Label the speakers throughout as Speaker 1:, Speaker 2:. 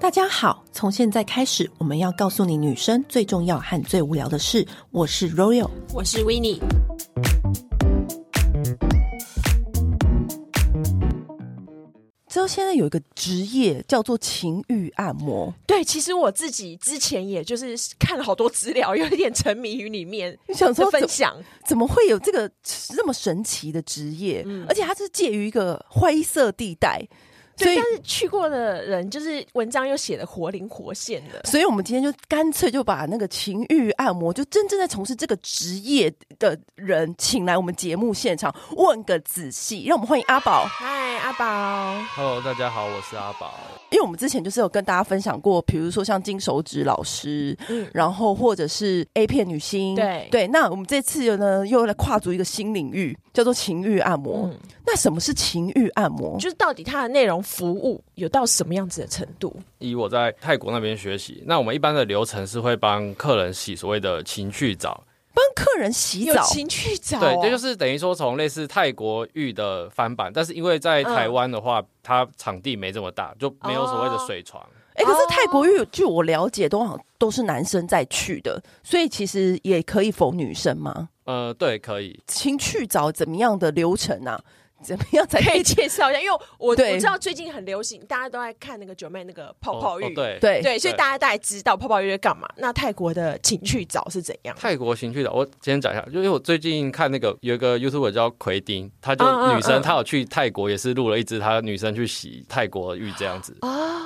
Speaker 1: 大家好，从现在开始，我们要告诉你女生最重要和最无聊的事。我是 Royal，
Speaker 2: 我是 w i n n i e
Speaker 1: 知道现在有一个职业叫做情欲按摩，
Speaker 2: 对，其实我自己之前也就是看了好多资料，有一点沉迷于里面
Speaker 1: 你想
Speaker 2: 的
Speaker 1: 说
Speaker 2: 分
Speaker 1: 怎
Speaker 2: 享。
Speaker 1: 怎么会有这个这么神奇的职业？而且它是介于一个灰色地带，所
Speaker 2: 对，
Speaker 1: 以
Speaker 2: 但是去过的人，就是文章又写的活灵活现的。
Speaker 1: 所以我们今天就干脆就把那个情欲按摩，就真正在从事这个职业的人，请来我们节目现场问个仔细。让我们欢迎阿宝，
Speaker 2: 嗨，阿宝，
Speaker 3: Hello，大家好，我是阿宝。
Speaker 1: 因为我们之前就是有跟大家分享过，比如说像金手指老师，
Speaker 2: 嗯，
Speaker 1: 然后或者是 A 片女星，
Speaker 2: 对
Speaker 1: 对。那我们这次呢，又来跨足一个新领域，叫做情欲按摩。
Speaker 2: 嗯，
Speaker 1: 那什么是情欲按摩？
Speaker 2: 就是到底它的内容服务有到什么样子的程度？
Speaker 3: 以我在泰国那边学习，那我们一般的流程是会帮客人洗所谓的情趣澡，
Speaker 1: 帮客人洗
Speaker 2: 有
Speaker 1: 澡，
Speaker 2: 情哦趣澡、
Speaker 3: 对，这就。是等于说从类似泰国浴的翻版，但是因为
Speaker 2: 嗯
Speaker 3: 在台湾的话，它场地没这么大，就没有所谓的水床。
Speaker 1: 哎、可
Speaker 2: 哦
Speaker 1: 是泰国浴，据我了解，都好像都是男生在去的，所以其实也可以否女生吗？
Speaker 3: 呃，对，可以。
Speaker 1: 情趣澡怎么样的流程啊？怎么样才
Speaker 2: 可
Speaker 1: 可
Speaker 2: 以
Speaker 1: 以？
Speaker 2: 介绍一下，因为我我
Speaker 1: 对
Speaker 2: 知道最近很流行，大家都在看那个九妹那个泡泡浴，
Speaker 3: 哦哦对
Speaker 1: 对
Speaker 2: 对，所以
Speaker 3: 对
Speaker 2: 大家大概知道泡泡浴在干嘛。那泰国的情趣澡是怎样？
Speaker 3: 泰国情趣澡，我先讲一下，就因为我最近看那个有一个 YouTuber 叫奎丁，他就
Speaker 2: 嗯嗯
Speaker 3: 女生，
Speaker 2: 嗯
Speaker 3: 她有去泰国也是录了一支她女生去洗泰国浴这样子。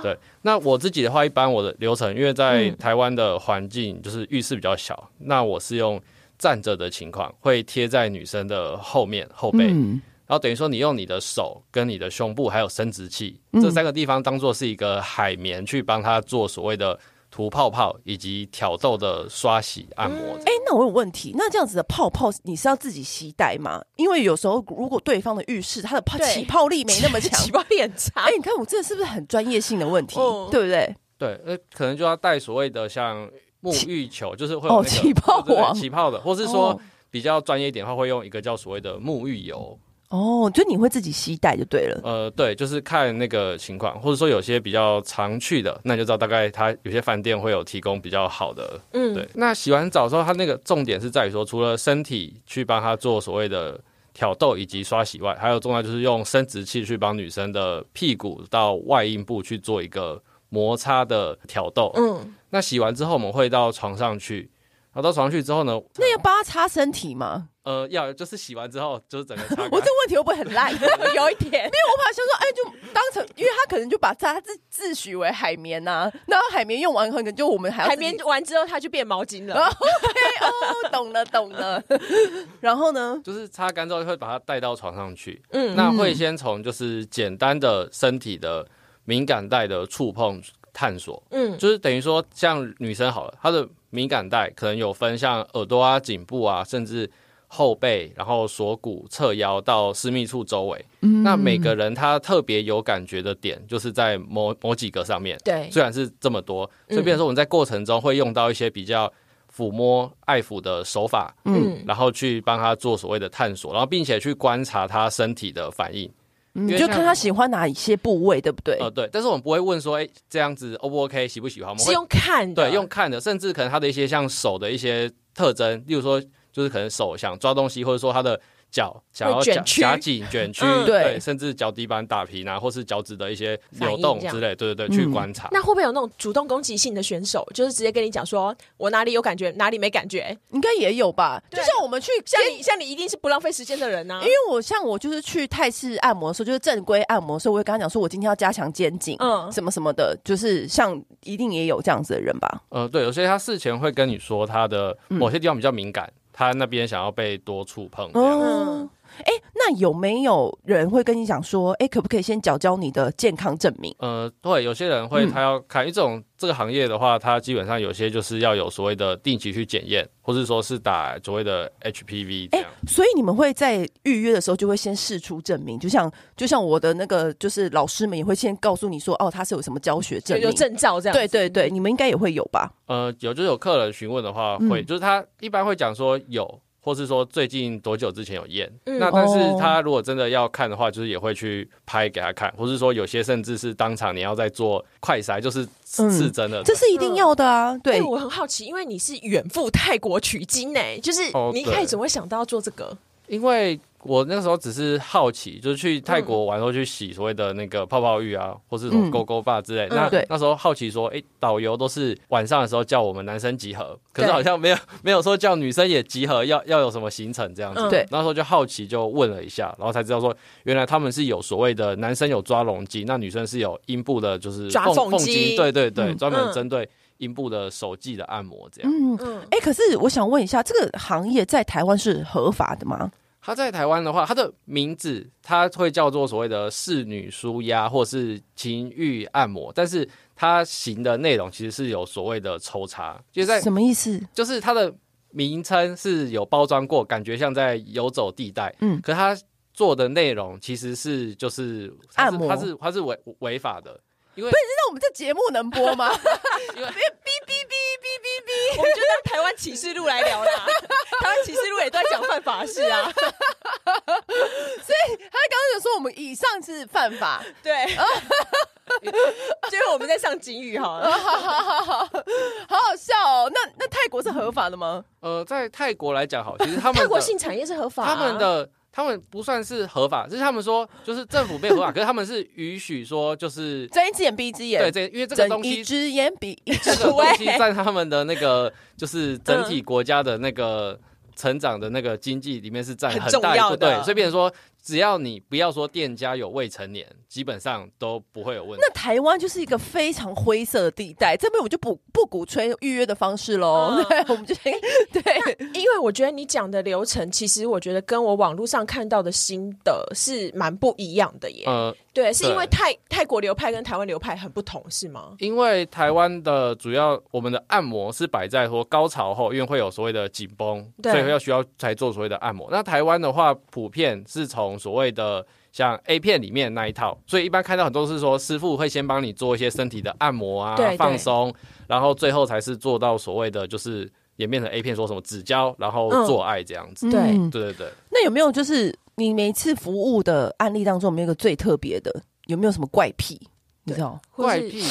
Speaker 3: 对，那我自己的话，一般我的流程，因为在
Speaker 2: 哦嗯
Speaker 3: 台湾的环境就是浴室比较小，那我是用站着的情况，会贴在女生的后面后背，
Speaker 1: 嗯，
Speaker 3: 然后等于说你用你的手跟你的胸部还有生殖器、
Speaker 1: 嗯
Speaker 3: 这三个地方当做是一个海绵，去帮她做所谓的涂泡泡以及挑逗的刷洗按摩。
Speaker 1: 哎、那我有问题，那这样子的泡泡你是要自己携带吗？因为有时候如果对方的浴室它的泡
Speaker 2: 对
Speaker 1: 起泡力没那 么强
Speaker 2: 起，泡力很差
Speaker 1: 哎、，你看我这是不是很专业性的问题，
Speaker 2: 嗯
Speaker 1: 对不对？
Speaker 3: 对，呃，可能就要带所谓的像沐浴球，就是会有、那
Speaker 1: 哦
Speaker 3: 个
Speaker 1: 起泡
Speaker 3: 对对对
Speaker 1: 网
Speaker 3: 起泡的，或是说
Speaker 1: 哦
Speaker 3: 比较专业一点的话，会用一个叫所谓的沐浴油。
Speaker 1: 哦，就你会自己携带就对了。
Speaker 3: 呃，对，就是看那个情况，或者说有些比较常去的，那你就知道大概它有些饭店会有提供比较好的。
Speaker 2: 嗯，
Speaker 3: 对，那洗完澡之后，它那个重点是在于说，除了身体去帮它做所谓的。挑逗以及刷洗外，还有重要就是用生殖器去帮女生的屁股到外阴部去做一个摩擦的挑逗。
Speaker 2: 嗯，
Speaker 3: 那洗完之后，我们会到床上去。然后到床上去之后呢，
Speaker 1: 那要帮他擦身体吗？
Speaker 3: 呃要就是洗完之后就是整个擦干
Speaker 1: 我这问题会不会很烂？ 因为我
Speaker 2: 有一点，
Speaker 1: 怕想说，哎、就当成，因为他可能就把他自自诩为海绵呐、然后海绵用完，可能就我们还要
Speaker 2: 海
Speaker 1: 自己
Speaker 2: 绵完之后它就变毛巾
Speaker 1: 啊
Speaker 2: 了。
Speaker 1: 哦，懂了懂了。 然后呢？
Speaker 3: 就是擦干之后会把它带到床上去。
Speaker 2: 嗯
Speaker 3: 那会先从就是简单的身体的敏感带的触碰探索，
Speaker 2: 嗯，
Speaker 3: 就是等于说像女生好了，她的敏感带可能有分像耳朵啊、颈部啊，甚至后背，然后锁骨、侧腰到私密处周围。那每个人他特别有感觉的点，就是在某某几个上面。
Speaker 2: 对，嗯
Speaker 3: 虽然是这么多，所以变成说我们在过程中会用到一些比较抚摸、爱抚的手法，
Speaker 2: 嗯，
Speaker 3: 然后去帮他做所谓的探索，然后并且去观察他身体的反应。
Speaker 1: 你
Speaker 3: 因为
Speaker 1: 就
Speaker 3: 像
Speaker 1: 看他喜欢哪一些部位，对不对？
Speaker 3: 呃，对，但是我们不会问说，哎、这样子 O 不 OK，喜不喜欢？我们
Speaker 2: 是
Speaker 3: 会
Speaker 2: 用看的，啊
Speaker 3: 对用看的，甚至可能他的一些像手的一些特征，例如说就是可能手想抓东西，或者说他的。脚想要
Speaker 2: 会卷
Speaker 3: 夹
Speaker 2: 曲
Speaker 3: 夹紧、卷曲，
Speaker 2: 嗯
Speaker 1: 对
Speaker 3: 甚至脚底板打平啊，或是脚趾的一些扭
Speaker 2: 反
Speaker 3: 动
Speaker 2: 应这样
Speaker 3: 之类，对对对，
Speaker 1: 嗯
Speaker 3: 去观察。
Speaker 2: 那会不会有那种主动攻击性的选手，就是直接跟你讲说我哪里有感觉，哪里没感觉？
Speaker 1: 应该也有吧。就
Speaker 2: 对啊
Speaker 1: 像我们去
Speaker 2: 像你，像你一定是不浪费时间的人啊呐、
Speaker 1: 因为我像我就是去泰式按摩的时候，就是正规按摩的时候，我会跟他讲说，我今天要加强肩颈，
Speaker 2: 嗯
Speaker 1: 什么什么的，就是像一定也有这样子的人吧。
Speaker 3: 呃，对，有些他事前会跟你说他的
Speaker 1: 嗯
Speaker 3: 某些地方比较敏感，他那边想要被多触碰
Speaker 2: 啊
Speaker 3: 这样。
Speaker 1: 嗯，哎、那有没有人会跟你讲说，哎、可不可以先缴交你的健康证明？
Speaker 3: 呃，对，有些人会
Speaker 1: 嗯
Speaker 3: 他要看，因为这种这个行业的话，他基本上有些就是要有所谓的定期去检验，或是说是打所谓的 HPV 这
Speaker 1: 哎、
Speaker 3: 样。
Speaker 1: 所以你们会在预约的时候就会先试出证明，就像就像我的那个就是老师们也会先告诉你说，哦，他是有什么教学
Speaker 2: 就
Speaker 1: 证明
Speaker 2: 有，证照这样。
Speaker 1: 对对对，，你们应该也会有吧？
Speaker 3: 呃，有就是有客人询问的话，会、
Speaker 1: 嗯
Speaker 3: 就是他一般会讲说有，或是说最近多久之前有验。
Speaker 2: 嗯
Speaker 3: 那但是
Speaker 1: 哦
Speaker 3: 他如果真的要看的话，就是也会去拍给他看，或是说有些甚至是当场你要再做快筛，就是
Speaker 1: 嗯
Speaker 3: 是真的。
Speaker 1: 这是一定要的啊，对
Speaker 2: 哎，我很好奇，因为你是远赴泰国取经呢、就是
Speaker 3: 哦
Speaker 2: 你一
Speaker 3: 对
Speaker 2: 开始怎么会想到要做这个？
Speaker 3: 因为我那时候只是好奇，就是去泰国玩的时候去洗所谓的那个泡泡浴啊，或是什么
Speaker 1: 嗯
Speaker 3: 勾勾坝之类。
Speaker 2: 嗯
Speaker 3: 那
Speaker 1: 对
Speaker 3: 那时候好奇说，哎、导游都是晚上的时候叫我们男生集合，可是
Speaker 2: 对
Speaker 3: 好像没有没有说叫女生也集合，要要有什么行程这样子。
Speaker 2: 嗯
Speaker 1: 对
Speaker 3: 那时候就好奇就问了一下，然后才知道说，原来他们是有所谓的男生有抓龙机，那女生是有阴部的，就是
Speaker 2: 抓
Speaker 3: 缝
Speaker 2: 缝
Speaker 3: 缝
Speaker 2: 机
Speaker 3: 机，对对对，
Speaker 1: 嗯
Speaker 3: 专、
Speaker 2: 嗯
Speaker 3: 门针对阴部的手技的按摩这样。
Speaker 1: 嗯，
Speaker 2: 嗯，
Speaker 1: 哎、可是我想问一下，这个行业在台湾是合法的吗？
Speaker 3: 它在台湾的话，它的名字它会叫做所谓的侍女舒压或是情欲按摩，但是它行的内容其实是有所谓的抽查，就是在
Speaker 1: 什么意思？
Speaker 3: 就是它的名称是有包装过，感觉像在游走地带，
Speaker 1: 嗯
Speaker 3: 嗯，可它做的内容其实是就是它是
Speaker 1: 按摩
Speaker 3: 它是它是违违法的，因为
Speaker 1: 那我们这节目能播吗？
Speaker 3: 因为
Speaker 2: 我们就当台湾启示录来聊 啦。台湾启示录也都在讲犯法事啊，
Speaker 1: 他有说我们以上是犯法，
Speaker 2: 对。 结果我们在上警语好了。
Speaker 1: 好好好好，好好笑哦。那那泰国是合法的吗？
Speaker 3: 呃，在泰国来讲好，其实他们
Speaker 2: 泰国
Speaker 3: 的
Speaker 2: 性产业是合法、啊，
Speaker 3: 他们的他们不算是合法，是他们说就是政府没有合法，可是他们是允许说就是
Speaker 1: 睁一只眼闭一只眼，
Speaker 3: 对这因为这个
Speaker 1: 睁
Speaker 3: 东
Speaker 1: 一
Speaker 3: 西
Speaker 1: 只眼闭一只
Speaker 3: 这个东西
Speaker 2: 喂
Speaker 3: 在他们的那个就是整
Speaker 2: 嗯
Speaker 3: 体国家的那个成长的那个经济里面是占
Speaker 2: 很
Speaker 3: 很
Speaker 2: 重
Speaker 3: 大一
Speaker 2: 要
Speaker 3: 部
Speaker 2: 的
Speaker 3: 对，所以变成说只要你不要说店家有未成年，基本上都不会有问题
Speaker 1: 那。台湾就是一个非常灰色的地带，这边我就不不鼓吹预约的方式喽。
Speaker 2: 嗯
Speaker 1: 对，我们就先对，
Speaker 2: 因为我觉得你讲的流程，其实我觉得跟我网络上看到的新的是蛮不一样的
Speaker 1: 嗯
Speaker 2: 耶。
Speaker 3: 呃，
Speaker 2: 对，是因为
Speaker 3: 对
Speaker 2: 泰泰国流派跟台湾流派很不同，是吗？
Speaker 3: 因为台湾的主要我们的按摩是摆在说高潮后，因为会有所谓的紧绷，
Speaker 2: 对
Speaker 3: 所以要需要才做所谓的按摩。那台湾的话，普遍是从所谓的像 A 片里面那一套，所以一般看到很多是说师傅会先帮你做一些身体的按摩啊
Speaker 2: 对对、
Speaker 3: 放松，然后最后才是做到所谓的就是演变成 A 片说什么指交，然后
Speaker 2: 嗯
Speaker 3: 做爱这样子。
Speaker 2: 对
Speaker 1: 嗯
Speaker 3: 对对对。
Speaker 1: 那有没有就是你每次服务的案例当中，有没有一个最特别的？有没有什么怪癖？你知道？
Speaker 2: 或
Speaker 3: 怪
Speaker 2: 是嗯
Speaker 3: 癖，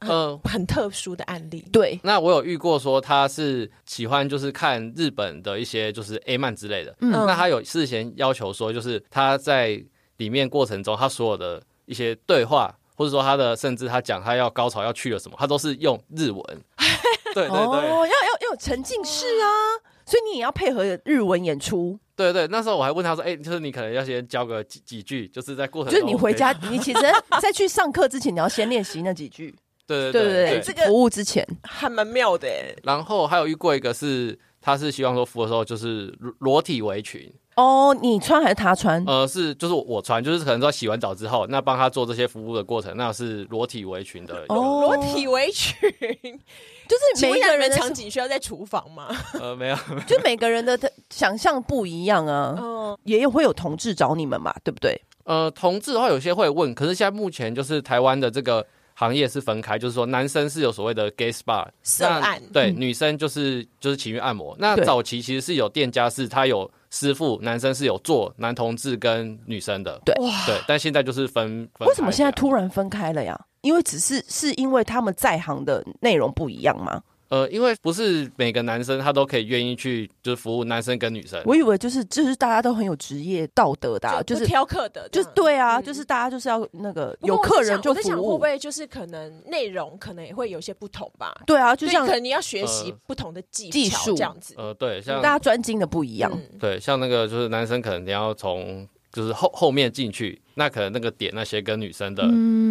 Speaker 3: 呃，
Speaker 2: 很特殊的案例。
Speaker 1: 对，
Speaker 3: 那我有遇过说他是喜欢就是看日本的一些就是 A 漫之类的，
Speaker 1: 嗯
Speaker 3: 那他有事先要求说，就是他在里面过程中，他所有的一些对话，或者说他的甚至他讲他要高潮要去了什么，他都是用日 文。对对对、
Speaker 1: 哦，要要要有沉浸式啊，所以你也要配合日文演出，
Speaker 3: 对对，那时候我还问他说，哎、就是你可能要先教个几几句，就是在过程
Speaker 1: 就
Speaker 3: 中
Speaker 1: 是你回家，你其实在去上课之前，你要先练习那几句，
Speaker 3: 对
Speaker 1: 对
Speaker 3: 对
Speaker 1: 对
Speaker 3: 对
Speaker 1: 对，
Speaker 2: 这个
Speaker 1: 服务之前，
Speaker 2: 还蛮妙的耶。
Speaker 3: 然后还有遇过一个是，他是希望说服的时候就是裸裸体围裙，
Speaker 1: 哦，你穿还是他穿？
Speaker 3: 呃，是就是我穿，就是可能说洗完澡之后，那帮他做这些服务的过程，那是裸体围裙的用
Speaker 1: 哦
Speaker 2: 裸
Speaker 3: 路。
Speaker 2: 体围裙，
Speaker 1: 就是
Speaker 2: 请
Speaker 1: 每
Speaker 2: 问
Speaker 1: 一
Speaker 2: 一下
Speaker 1: 个
Speaker 2: 你
Speaker 1: 人
Speaker 2: 们
Speaker 1: 的
Speaker 2: 场景需要在厨房吗？
Speaker 3: 呃，没有，
Speaker 1: 就每个人的想象不一样啊，
Speaker 2: 嗯，
Speaker 1: 也有会有同志找你们嘛，对不对？
Speaker 3: 呃，同志的话有些会问，可是现在目前就是台湾的这个行业是分开，就是说男生是有所谓的 gay spa
Speaker 2: 涉
Speaker 3: 那
Speaker 2: 案
Speaker 3: 对，
Speaker 1: 嗯
Speaker 3: 女生就是就是情欲按摩。那
Speaker 1: 对
Speaker 3: 早期其实是有店家是他有师傅，男生是有做男同志跟女生的，
Speaker 1: 对
Speaker 2: 哇
Speaker 3: 对，但现在就是分分
Speaker 1: 为什么
Speaker 3: 开
Speaker 1: 现在
Speaker 3: 这样
Speaker 1: 突然分开了呀？因为只是是因为他们在行的内容不一样吗？
Speaker 3: 呃，因为不是每个男生他都可以愿意去就是服务男生跟女生，
Speaker 1: 我以为就是就是大家都很有职业道德的啊、就
Speaker 2: 就不
Speaker 1: 是
Speaker 2: 挑客的这
Speaker 1: 就
Speaker 2: 样，
Speaker 1: 是对啊，
Speaker 2: 嗯
Speaker 1: 就是大家就是要那个
Speaker 2: 不
Speaker 1: 有
Speaker 2: 过我在
Speaker 1: 客人
Speaker 2: 想
Speaker 1: 就
Speaker 2: 我在
Speaker 1: 服
Speaker 2: 想会不
Speaker 1: 务，
Speaker 2: 会就是可能内容可能也会有些不同吧？
Speaker 1: 对啊，就
Speaker 2: 对
Speaker 1: 像
Speaker 2: 可能你要学习
Speaker 3: 呃
Speaker 2: 不同的技
Speaker 1: 技
Speaker 2: 巧
Speaker 1: 术
Speaker 2: 这样子，
Speaker 3: 呃，对，像
Speaker 1: 大家专精的不一样。
Speaker 2: 嗯
Speaker 3: 对，像那个就是男生可能你要从就是后后面进去，那可能那个点那些跟女生的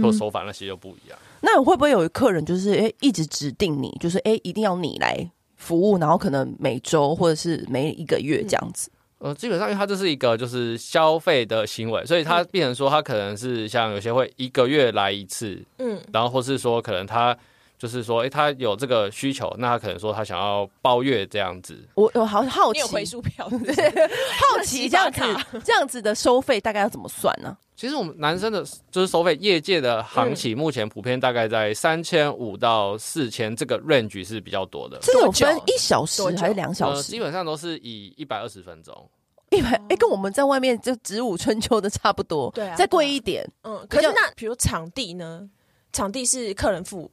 Speaker 3: 或手法那些就不一样。
Speaker 1: 那会不会有客人就是哎、诶一直指定你，就是哎、诶一定要你来服务，然后可能每周或者是每一个月
Speaker 2: 嗯
Speaker 1: 这样子？
Speaker 3: 呃，基本上因为它这是一个就是消费的行为，所以它变成说它可能是像有些会一个月来一次，
Speaker 2: 嗯，
Speaker 3: 然后或是说可能它就是说，诶，他有这个需求，那他可能说他想要包月这样子，
Speaker 1: 我我好好奇
Speaker 2: 你有，回数表，
Speaker 1: 好奇这样子
Speaker 2: 洗发
Speaker 1: 这样子的收费大概要怎么算呢？
Speaker 3: 其实我们男生的，就是收费，业界的行情目前普遍大概在三千五到四千这个 range 是比较多的，
Speaker 1: 这有分
Speaker 2: 多久
Speaker 1: 一小时
Speaker 2: 多久
Speaker 1: 还是两小
Speaker 3: 呃，基
Speaker 1: 时？
Speaker 3: 本上都是以一百二十分钟。
Speaker 1: 一百哎，跟我们在外面就植物春秋的差不多，
Speaker 2: 哦对啊
Speaker 1: 再贵一点。
Speaker 2: 嗯，
Speaker 1: 比
Speaker 2: 可
Speaker 1: 较
Speaker 2: 是那比如场地呢？场地是客人付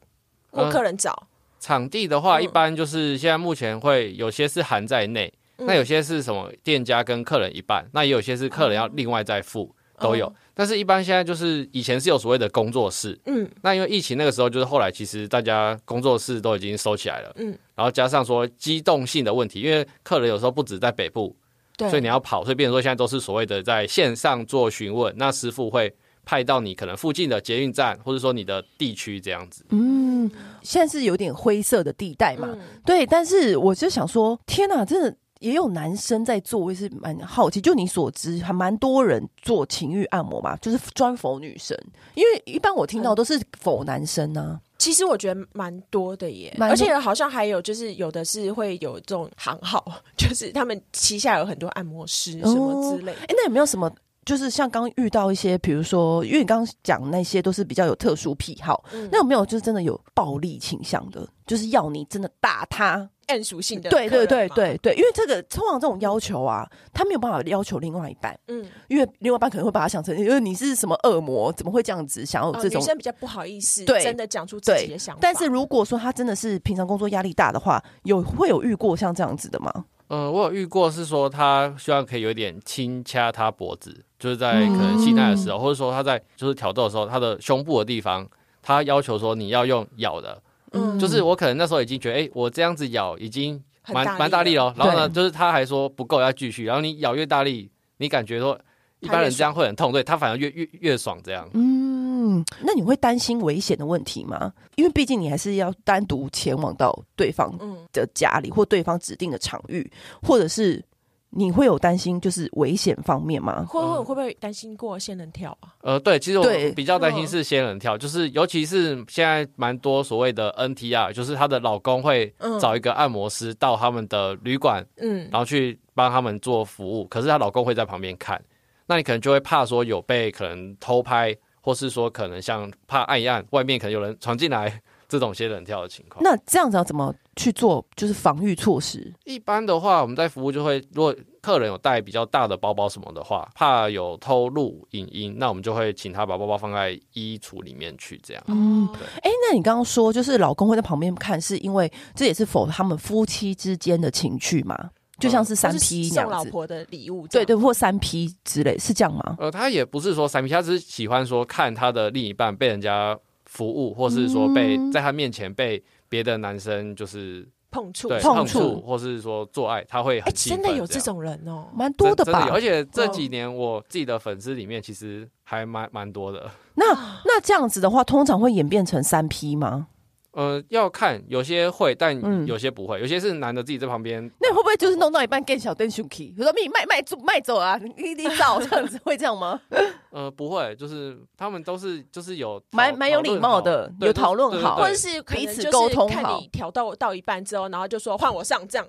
Speaker 2: 或
Speaker 1: 呃
Speaker 3: 嗯
Speaker 2: 客人找，
Speaker 3: 场地的话，
Speaker 2: 嗯
Speaker 3: 一般就是现在目前会有些是含在内，那有些是什么店家跟客人一半，那也有些是客人要另外再付，都有。但是，一般现在就是以前是有所谓的工作室，
Speaker 2: 嗯，
Speaker 3: 那因为疫情那个时候，就是后来其实大家工作室都已经收起来了，
Speaker 2: 嗯，
Speaker 3: 然后加上说机动性的问题，因为客人有时候不止在北部，
Speaker 2: 对，
Speaker 3: 所以你要跑，所以变成说现在都是所谓的在线上做询问，那师傅会派到你可能附近的捷运站，或者说你的地区这样子。
Speaker 1: 嗯，现在是有点灰色的地带嘛。
Speaker 2: 嗯
Speaker 1: 对，但是我就想说，天哪，真的也有男生在做，我也是蛮好奇。就你所知，还蛮多人做情欲按摩嘛，就是专否女生，因为一般我听
Speaker 2: 嗯
Speaker 1: 到都是否男生啊。
Speaker 2: 其实我觉得蛮多的耶，
Speaker 1: 蛮多
Speaker 2: 而且好像还有就是有的是会有这种行号， 就是他们旗下有很多按摩师什么之类的。
Speaker 1: 哎、那有没有什么？就是像刚遇到一些，比如说，因为你刚刚讲那些都是比较有特殊癖好，
Speaker 2: 嗯
Speaker 1: 那有没有就是真的有暴力倾向的，就是要你真的打他？
Speaker 2: 按属性的，
Speaker 1: 对对对，对对，因为这个通常这种要求啊，他没有办法要求另外一半，
Speaker 2: 嗯，
Speaker 1: 因为另外一半可能会把他想成，因为你是什么恶魔，怎么会这样子想要有
Speaker 2: 哦
Speaker 1: 这
Speaker 2: 女
Speaker 1: 种？
Speaker 2: 生比较不好意思，
Speaker 1: 对
Speaker 2: 真的讲出自己的想法。
Speaker 1: 但是如果说他真的是平常工作压力大的话，有会有遇过像这样子的吗？
Speaker 3: 嗯，我有遇过是说他希望可以有一点轻掐他脖子，就是在可能性爱的时候，或者说他在就是挑逗的时候，他的胸部的地方，他要求说你要用咬的，
Speaker 2: 嗯
Speaker 3: 就是我可能那时候已经觉得，哎、我这样子咬已经
Speaker 2: 很
Speaker 3: 蛮蛮大力
Speaker 2: 了，
Speaker 1: 哦
Speaker 3: 了，然后呢，就是他还说不够要继续，然后你咬越大力，你感觉说一般人这样会很痛，对他反而越越越爽这样。
Speaker 1: 嗯，那你会担心危险的问题吗？因为毕竟你还是要单独前往到对方
Speaker 2: 嗯，
Speaker 1: 的家里或对方指定的场域，或者是你会有担心就是危险方面吗？
Speaker 2: 会会会不会担心过仙人跳啊？
Speaker 3: 呃，对，其实我
Speaker 1: 对嗯
Speaker 3: 比较担心是仙人跳，就是尤其是现在蛮多所谓的 NTR，就是她的老公会
Speaker 2: 嗯
Speaker 3: 找一个按摩师到他们的旅馆，
Speaker 2: 嗯，
Speaker 3: 然后去帮他们做服务，可是她老公会在旁边看，那你可能就会怕说有被可能偷拍，或是说可能像怕按一按外面可能有人闯进来这种仙人跳的情况。
Speaker 1: 那这样子要怎么去做就是防御措施？
Speaker 3: 一般的话，我们在服务就会，如果客人有带比较大的包包什么的话，怕有偷录影音，那我们就会请他把包包放在衣橱里面去这样。
Speaker 1: 嗯
Speaker 2: 哦
Speaker 1: 哎、那你刚刚说就是老公会在旁边看，是因为这也是否他们夫妻之间的情趣嘛？就像呃是三
Speaker 2: 或
Speaker 1: P
Speaker 2: 是
Speaker 1: 那
Speaker 2: 送
Speaker 1: 样
Speaker 2: 老
Speaker 1: 子，
Speaker 2: 婆的礼物
Speaker 1: 对
Speaker 2: 这样，
Speaker 1: 对，或三 P 之类，是这样吗？
Speaker 3: 呃，他也不是说三 P，他只是喜欢说看他的另一半被人家服务，或是说被、
Speaker 1: 嗯
Speaker 3: 在他面前被别的男生就是
Speaker 2: 碰触
Speaker 3: 对
Speaker 2: 什么
Speaker 1: 碰触
Speaker 3: 触，或是说做爱，他会
Speaker 2: 哎，
Speaker 3: 很兴
Speaker 2: 真
Speaker 3: 奋
Speaker 2: 的有
Speaker 3: 样
Speaker 2: 这种人哦，
Speaker 1: 蛮多的
Speaker 3: 真真
Speaker 1: 吧嗯
Speaker 3: 有而？且这几年我自己的粉丝里面其实还蛮蛮多的。
Speaker 1: 那那这样子的话，通常会演变成三 P 吗？
Speaker 3: 呃，要看有些会，但
Speaker 1: 嗯
Speaker 3: 有些不会，有些是男的自己在旁边。
Speaker 1: 那会不会就是弄到一半更小灯 s h u k y 我说你卖卖走卖走啊，你你走这样子会这样吗？
Speaker 3: 呃，不会，就是他们都是就是有讨
Speaker 1: 蛮蛮有礼貌的
Speaker 3: 对
Speaker 1: 有讨论
Speaker 3: 对对
Speaker 1: 好
Speaker 2: 或
Speaker 3: 对
Speaker 2: 者是可能
Speaker 1: 彼此
Speaker 2: 就是
Speaker 1: 沟通
Speaker 2: 看
Speaker 1: 好
Speaker 2: 你调到到一半之后，然后就说换我上这样，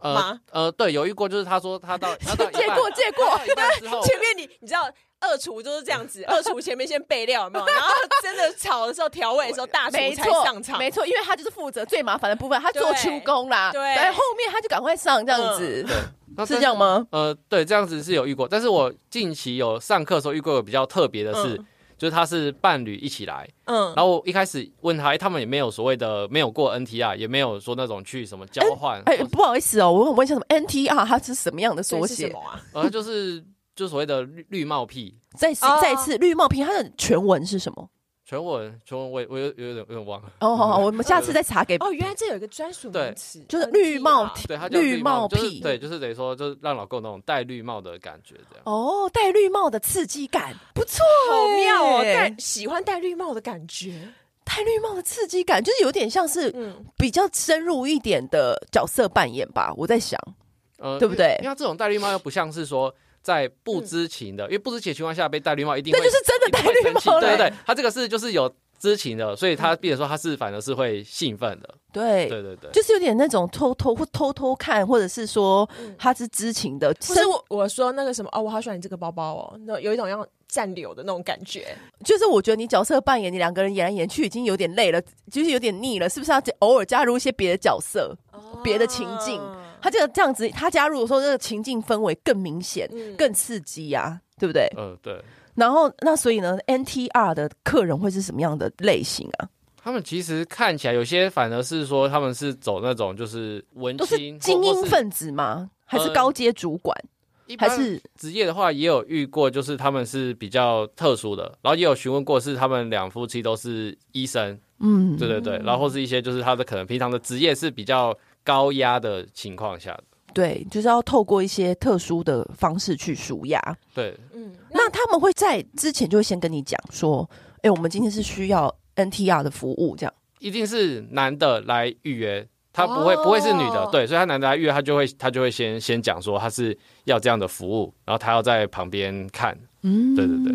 Speaker 3: 呃
Speaker 2: 吗
Speaker 3: 呃，对，有遇过，就是他说他 到他到一
Speaker 1: 借
Speaker 3: 半
Speaker 1: 过借过
Speaker 3: 他， 到一半之
Speaker 1: 哦
Speaker 3: 后，
Speaker 2: 前面你你知道。二厨就是这样 子，二厨前面先备料，有没有？然后真的炒的时候，调味的时候，大厨
Speaker 1: 没
Speaker 2: 才
Speaker 1: 错
Speaker 2: 上场。
Speaker 1: 没错，因为他就是负责最麻烦的部分，他做
Speaker 2: 对
Speaker 1: 出工啦，
Speaker 2: 对
Speaker 1: 然后后面他就赶快上这样子，
Speaker 3: 那
Speaker 1: 是这样？吗？
Speaker 3: 呃，对，这样子是有遇过，但是我近期有上课的时候遇过有比较特别的事，
Speaker 2: 嗯
Speaker 3: 就是他是伴侣一起来，
Speaker 2: 嗯，
Speaker 3: 然后我一开始问他，诶他们也没有所谓的没有过 NTR，也没有说那种去什么交换，
Speaker 1: 哎、
Speaker 3: 或者
Speaker 1: 不好意思哦，我想问一下，什么 NTR 它是什么样的
Speaker 2: 所
Speaker 1: 缩
Speaker 2: 以是什
Speaker 1: 写
Speaker 2: 么？啊？
Speaker 3: 呃，就是就所谓的绿绿帽癖，
Speaker 1: 再次、
Speaker 2: 哦
Speaker 1: 再次，绿帽皮它的全文是什么？
Speaker 3: 全文全文我也我有有点有点忘了，
Speaker 1: 哦，好好，我们下次再查给。
Speaker 2: 哦，原来这有一个专属
Speaker 3: 对
Speaker 2: 名词，
Speaker 1: 就是
Speaker 2: NTR
Speaker 1: 绿帽
Speaker 3: 对他叫绿
Speaker 1: 绿帽
Speaker 3: 帽
Speaker 1: 癖
Speaker 3: 就是对，就是等于说就是让老公有那种戴绿帽的感觉这样。
Speaker 1: 哦，戴绿帽的刺激感不错、
Speaker 2: 好妙哦，
Speaker 1: 哎
Speaker 2: 戴喜欢戴绿帽的感觉。
Speaker 1: 戴绿帽的刺激感，就是有点像是
Speaker 2: 嗯，
Speaker 1: 比较深入一点的角色扮演吧。我在想，
Speaker 3: 呃
Speaker 1: 对不对嗯
Speaker 3: 因为因为他这种戴绿帽又不像是说在不知情的，因为不知情的情况下被戴绿帽一定
Speaker 1: 那
Speaker 3: 会
Speaker 1: 就，是真的戴
Speaker 3: 一定会
Speaker 1: 绿
Speaker 3: 生气
Speaker 1: 帽了。欸嗯
Speaker 3: 对对对，他这个是就是有知情的，所以他变成说他是反而是会兴奋的。
Speaker 1: 对
Speaker 3: 对对对，
Speaker 1: 就是有点那种偷偷或偷偷看，或者是说他是知情的，
Speaker 2: 不
Speaker 1: 甚
Speaker 2: 嗯是我我说那个什么哦，我好喜欢你这个包包哦，那有一种要占有的那种感觉。
Speaker 1: 就是我觉得你角色扮演，你两个人演来演去已经有点累了，就是有点腻了，是不是要偶尔加入一些别的角色？
Speaker 2: 哦
Speaker 1: 别的情境他这个这样子，他加入的时候，这个情境氛围更明显、
Speaker 2: 嗯
Speaker 1: 更刺激呀、对不对？
Speaker 3: 嗯、对。
Speaker 1: 然后那所以呢，NTR 的客人会是什么样的类型啊？
Speaker 3: 他们其实看起来有些反而是说他们是走那种就是文
Speaker 1: 都
Speaker 3: 青
Speaker 1: 是精
Speaker 3: 或
Speaker 1: 英
Speaker 3: 或是
Speaker 1: 分子吗？还是
Speaker 3: 呃
Speaker 1: 高阶主管？
Speaker 3: 一般
Speaker 1: 还是
Speaker 3: 职业的话，也有遇过，就是他们是比较特殊的，然后也有询问过，是他们两夫妻都是医生，
Speaker 1: 嗯，
Speaker 3: 对对对，然后或是一些就是他的可能平常的职业是比较高压的情况下的，
Speaker 1: 对，就是要透过一些特殊的方式去舒压。
Speaker 3: 对，
Speaker 2: 嗯，那
Speaker 1: 那他们会在之前就会先跟你讲说，哎、我们今天是需要 NTR 的服务，这样。
Speaker 3: 一定是男的来预约，他不会、
Speaker 2: 哦
Speaker 3: 不会是女的，对，所以他男的来预约，他就会他就会先先讲说他是要这样的服务，然后他要在旁边看，
Speaker 1: 嗯
Speaker 3: 对对对，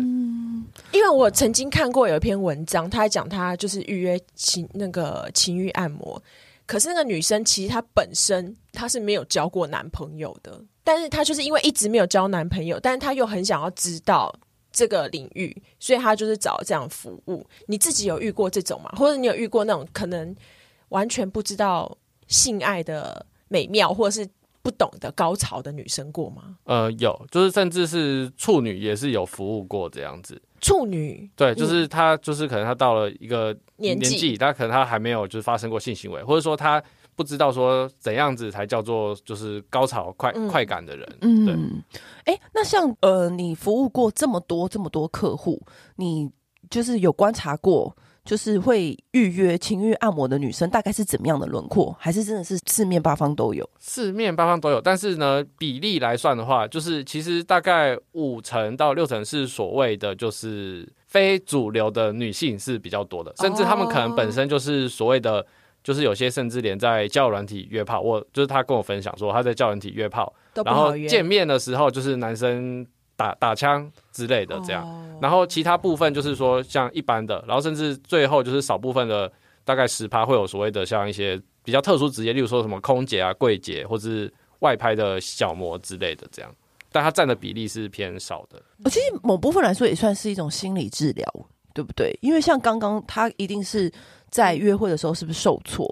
Speaker 2: 因为我曾经看过有一篇文章，他在讲他就是预约情那个情欲按摩，可是那个女生其实她本身她是没有交过男朋友的，但是她就是因为一直没有交男朋友，但是她又很想要知道。这个领域，所以她就是找这样服务。你自己有遇过这种吗？或者你有遇过那种可能完全不知道性爱的美妙，或者是不懂得高潮的女生过吗？
Speaker 3: 呃，有，就是甚至是处女也是有服务过这样子。
Speaker 2: 处女
Speaker 3: 对，就是他，就是可能他到了一个
Speaker 2: 嗯年纪
Speaker 3: 纪，他可能他还没有就是发生过性行为，或者说他不知道说怎样子才叫做就是高潮快、
Speaker 2: 嗯
Speaker 3: 快感的人。对
Speaker 1: 嗯，哎、那像呃，你服务过这么多这么多客户，你就是有观察过，就是会预约情欲按摩的女生大概是怎么样的轮廓？还是真的是四面八方都有？
Speaker 3: 四面八方都有，但是呢，比例来算的话，就是其实大概五成到六成是所谓的就是非主流的女性是比较多
Speaker 2: 哦
Speaker 3: 的，甚至他们可能本身就是所谓的，就是有些甚至连在交友软体约炮，我就是他跟我分享说他在交友软体约炮，
Speaker 2: 都不
Speaker 3: 然后
Speaker 2: 好约，
Speaker 3: 见面的时候就是男生打打枪之类的这样，
Speaker 2: 哦
Speaker 3: 然后其他部分就是说像一般的，然后甚至最后就是少部分的大概十趴会有所谓的像一些比较特殊职业，例如说什么空姐啊、柜姐或是外拍的小模之类的这样，但它占的比例是偏少的。
Speaker 1: 呃，其实某部分来说也算是一种心理治疗，对不对？因为像刚刚他一定是在约会的时候是不是受挫，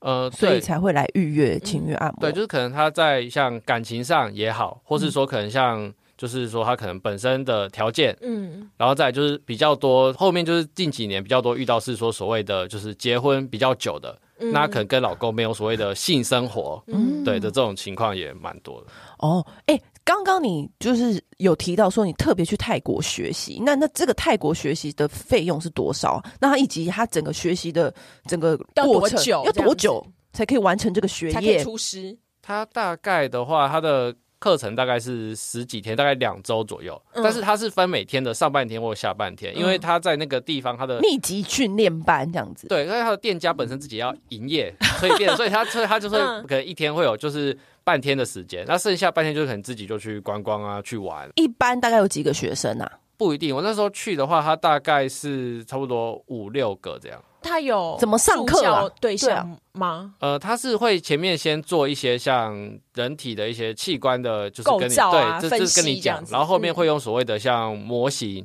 Speaker 3: 呃，
Speaker 1: 所以
Speaker 3: 对嗯
Speaker 1: 才会来预约情欲按摩？
Speaker 3: 对，就是可能他在像感情上也好，
Speaker 1: 嗯
Speaker 3: 或是说可能像就是说他可能本身的条件，
Speaker 2: 嗯，
Speaker 3: 然后再来就是比较多，后面就是近几年比较多遇到是说所谓的就是结婚比较久的，
Speaker 2: 嗯
Speaker 3: 那可能跟老公没有所谓的性生
Speaker 1: 嗯
Speaker 3: 活，对的这种情况也蛮多的。
Speaker 1: 哦，哎、刚刚你就是有提到说你特别去泰国学习，那那这个泰国学习的费用是多少？啊那他以及他整个学习的整个
Speaker 2: 要
Speaker 1: 过
Speaker 2: 多
Speaker 1: 程
Speaker 2: 久
Speaker 1: 要
Speaker 2: 这样
Speaker 1: 多
Speaker 2: 子
Speaker 1: 久才可以完成这个学
Speaker 2: 才可以
Speaker 1: 业？
Speaker 2: 出师。
Speaker 3: 他大概的话，他的课程大概是十几天，大概两周左右，
Speaker 2: 嗯
Speaker 3: 但是他是分每天的上半天或下半天，因为
Speaker 2: 嗯
Speaker 3: 他在那个地方他的。
Speaker 1: 密集训练班这样子，
Speaker 3: 对，因为他的店家本身自己要营业，所以变，所以他所以他就是
Speaker 2: 嗯
Speaker 3: 可能一天会有就是半天的时间，那剩下半天就是可能自己就去观光啊，去玩，
Speaker 1: 一般大概有几个学生啊？
Speaker 3: 不一定，我那时候去的话，他大概是差不多五六个这样。
Speaker 2: 他有
Speaker 1: 怎么上课啊
Speaker 2: 助教对
Speaker 1: 对啊
Speaker 2: 象吗？
Speaker 3: 呃，他是会前面先做一些像人体的一些器官的，就是跟
Speaker 2: 构
Speaker 3: 你、
Speaker 2: 造啊
Speaker 3: 对，这
Speaker 2: 分析
Speaker 3: 这是跟你
Speaker 2: 这
Speaker 3: 讲
Speaker 2: 样，子嗯
Speaker 3: 然后后面会用所谓的像模型，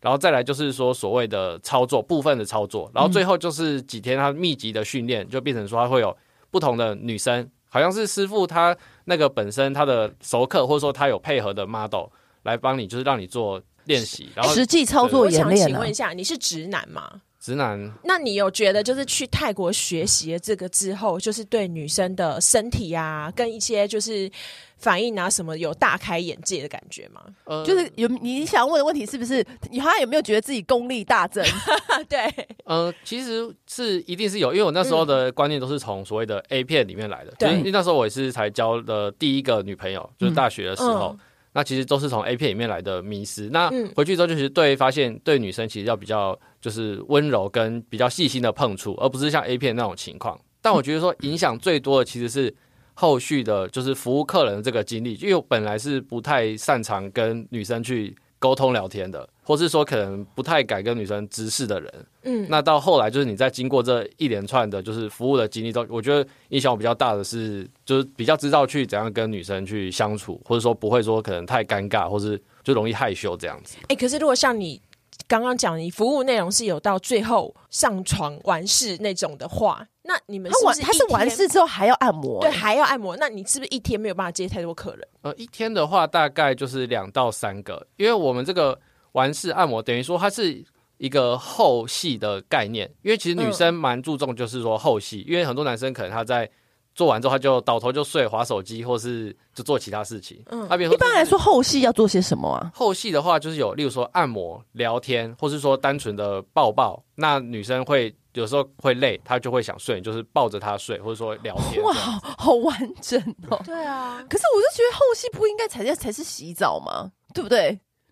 Speaker 3: 然后再来就是说所谓的操作部分的操作，
Speaker 2: 嗯
Speaker 3: 然后最后就是几天他密集的训练，就变成说他会有不同的女生，好像是师傅他那个本身他的熟客，或者说他有配合的 model 来帮你，就是让你做练习，然后
Speaker 1: 实际操作
Speaker 2: 我
Speaker 1: 演
Speaker 2: 想
Speaker 1: 练
Speaker 2: 请
Speaker 1: 啊
Speaker 2: 问一？下，你是直男吗？
Speaker 3: 直男
Speaker 2: 那你有觉得就是去泰国学习了这个之后，就是对女生的身体啊，跟一些就是反应啊什么有大开眼界的感觉吗？
Speaker 3: 呃
Speaker 1: 就是有你想问的问题是不是他有没有觉得自己功力大 增？
Speaker 2: 啊，对，
Speaker 3: 呃，其实是一定是有，因为我那时候的观念都是从所谓的 A 片里面来的，就是
Speaker 2: 嗯对
Speaker 3: 因为那时候我也是才交的第一个女朋友，就是大学的时候，
Speaker 2: 嗯
Speaker 3: 那其实都是从 A 片里面来的迷失。那
Speaker 2: 嗯
Speaker 3: 回去之后，就是对发现对女生其实要比较就是温柔跟比较细心的碰触，而不是像 A 片那种情况。但我觉得说影响最多的其实是后续的，就是服务客人的这个经历，因为我本来是不太擅长跟女生去沟通聊天的，或是说可能不太敢跟女生直视的人，
Speaker 2: 嗯，
Speaker 3: 那到后来就是你在经过这一连串的，就是服务的经历中，我觉得影响我比较大的是，就是比较知道去怎样跟女生去相处，或者说不会说可能太尴尬，或是就容易害羞这样子。
Speaker 2: 哎、可是如果像你刚刚讲，你服务内容是有到最后上床完事那种的话，那你们
Speaker 1: 他
Speaker 2: 是不
Speaker 1: 完
Speaker 2: 是
Speaker 1: 他是
Speaker 2: 一天
Speaker 1: 完事之后还要按摩、
Speaker 2: 对
Speaker 1: 哎
Speaker 2: 还要按摩，那你是不是一天没有办法接太多客人？
Speaker 3: 呃，一天的话大概就是两到三个，因为我们这个完事按摩等于说它是一个后戏的概念，因为其实
Speaker 1: 嗯
Speaker 3: 女生蛮注重就是说后戏，因为很多男生可能他在做完之后他就倒头就睡，划手机或是就做其他事情。
Speaker 2: 嗯
Speaker 3: 嗯，那比如
Speaker 1: 一般来说后戏要做些什么啊？
Speaker 3: 后戏的话，就是有例如说按摩、聊天，或是说单纯的抱抱。那女生会有时候会累，她就会想睡，就是抱着她睡，或者说聊天。
Speaker 1: 哇，好好完整哦。
Speaker 2: 对啊，
Speaker 1: 可是我就觉得后戏不应该才是才是洗澡吗？对不对？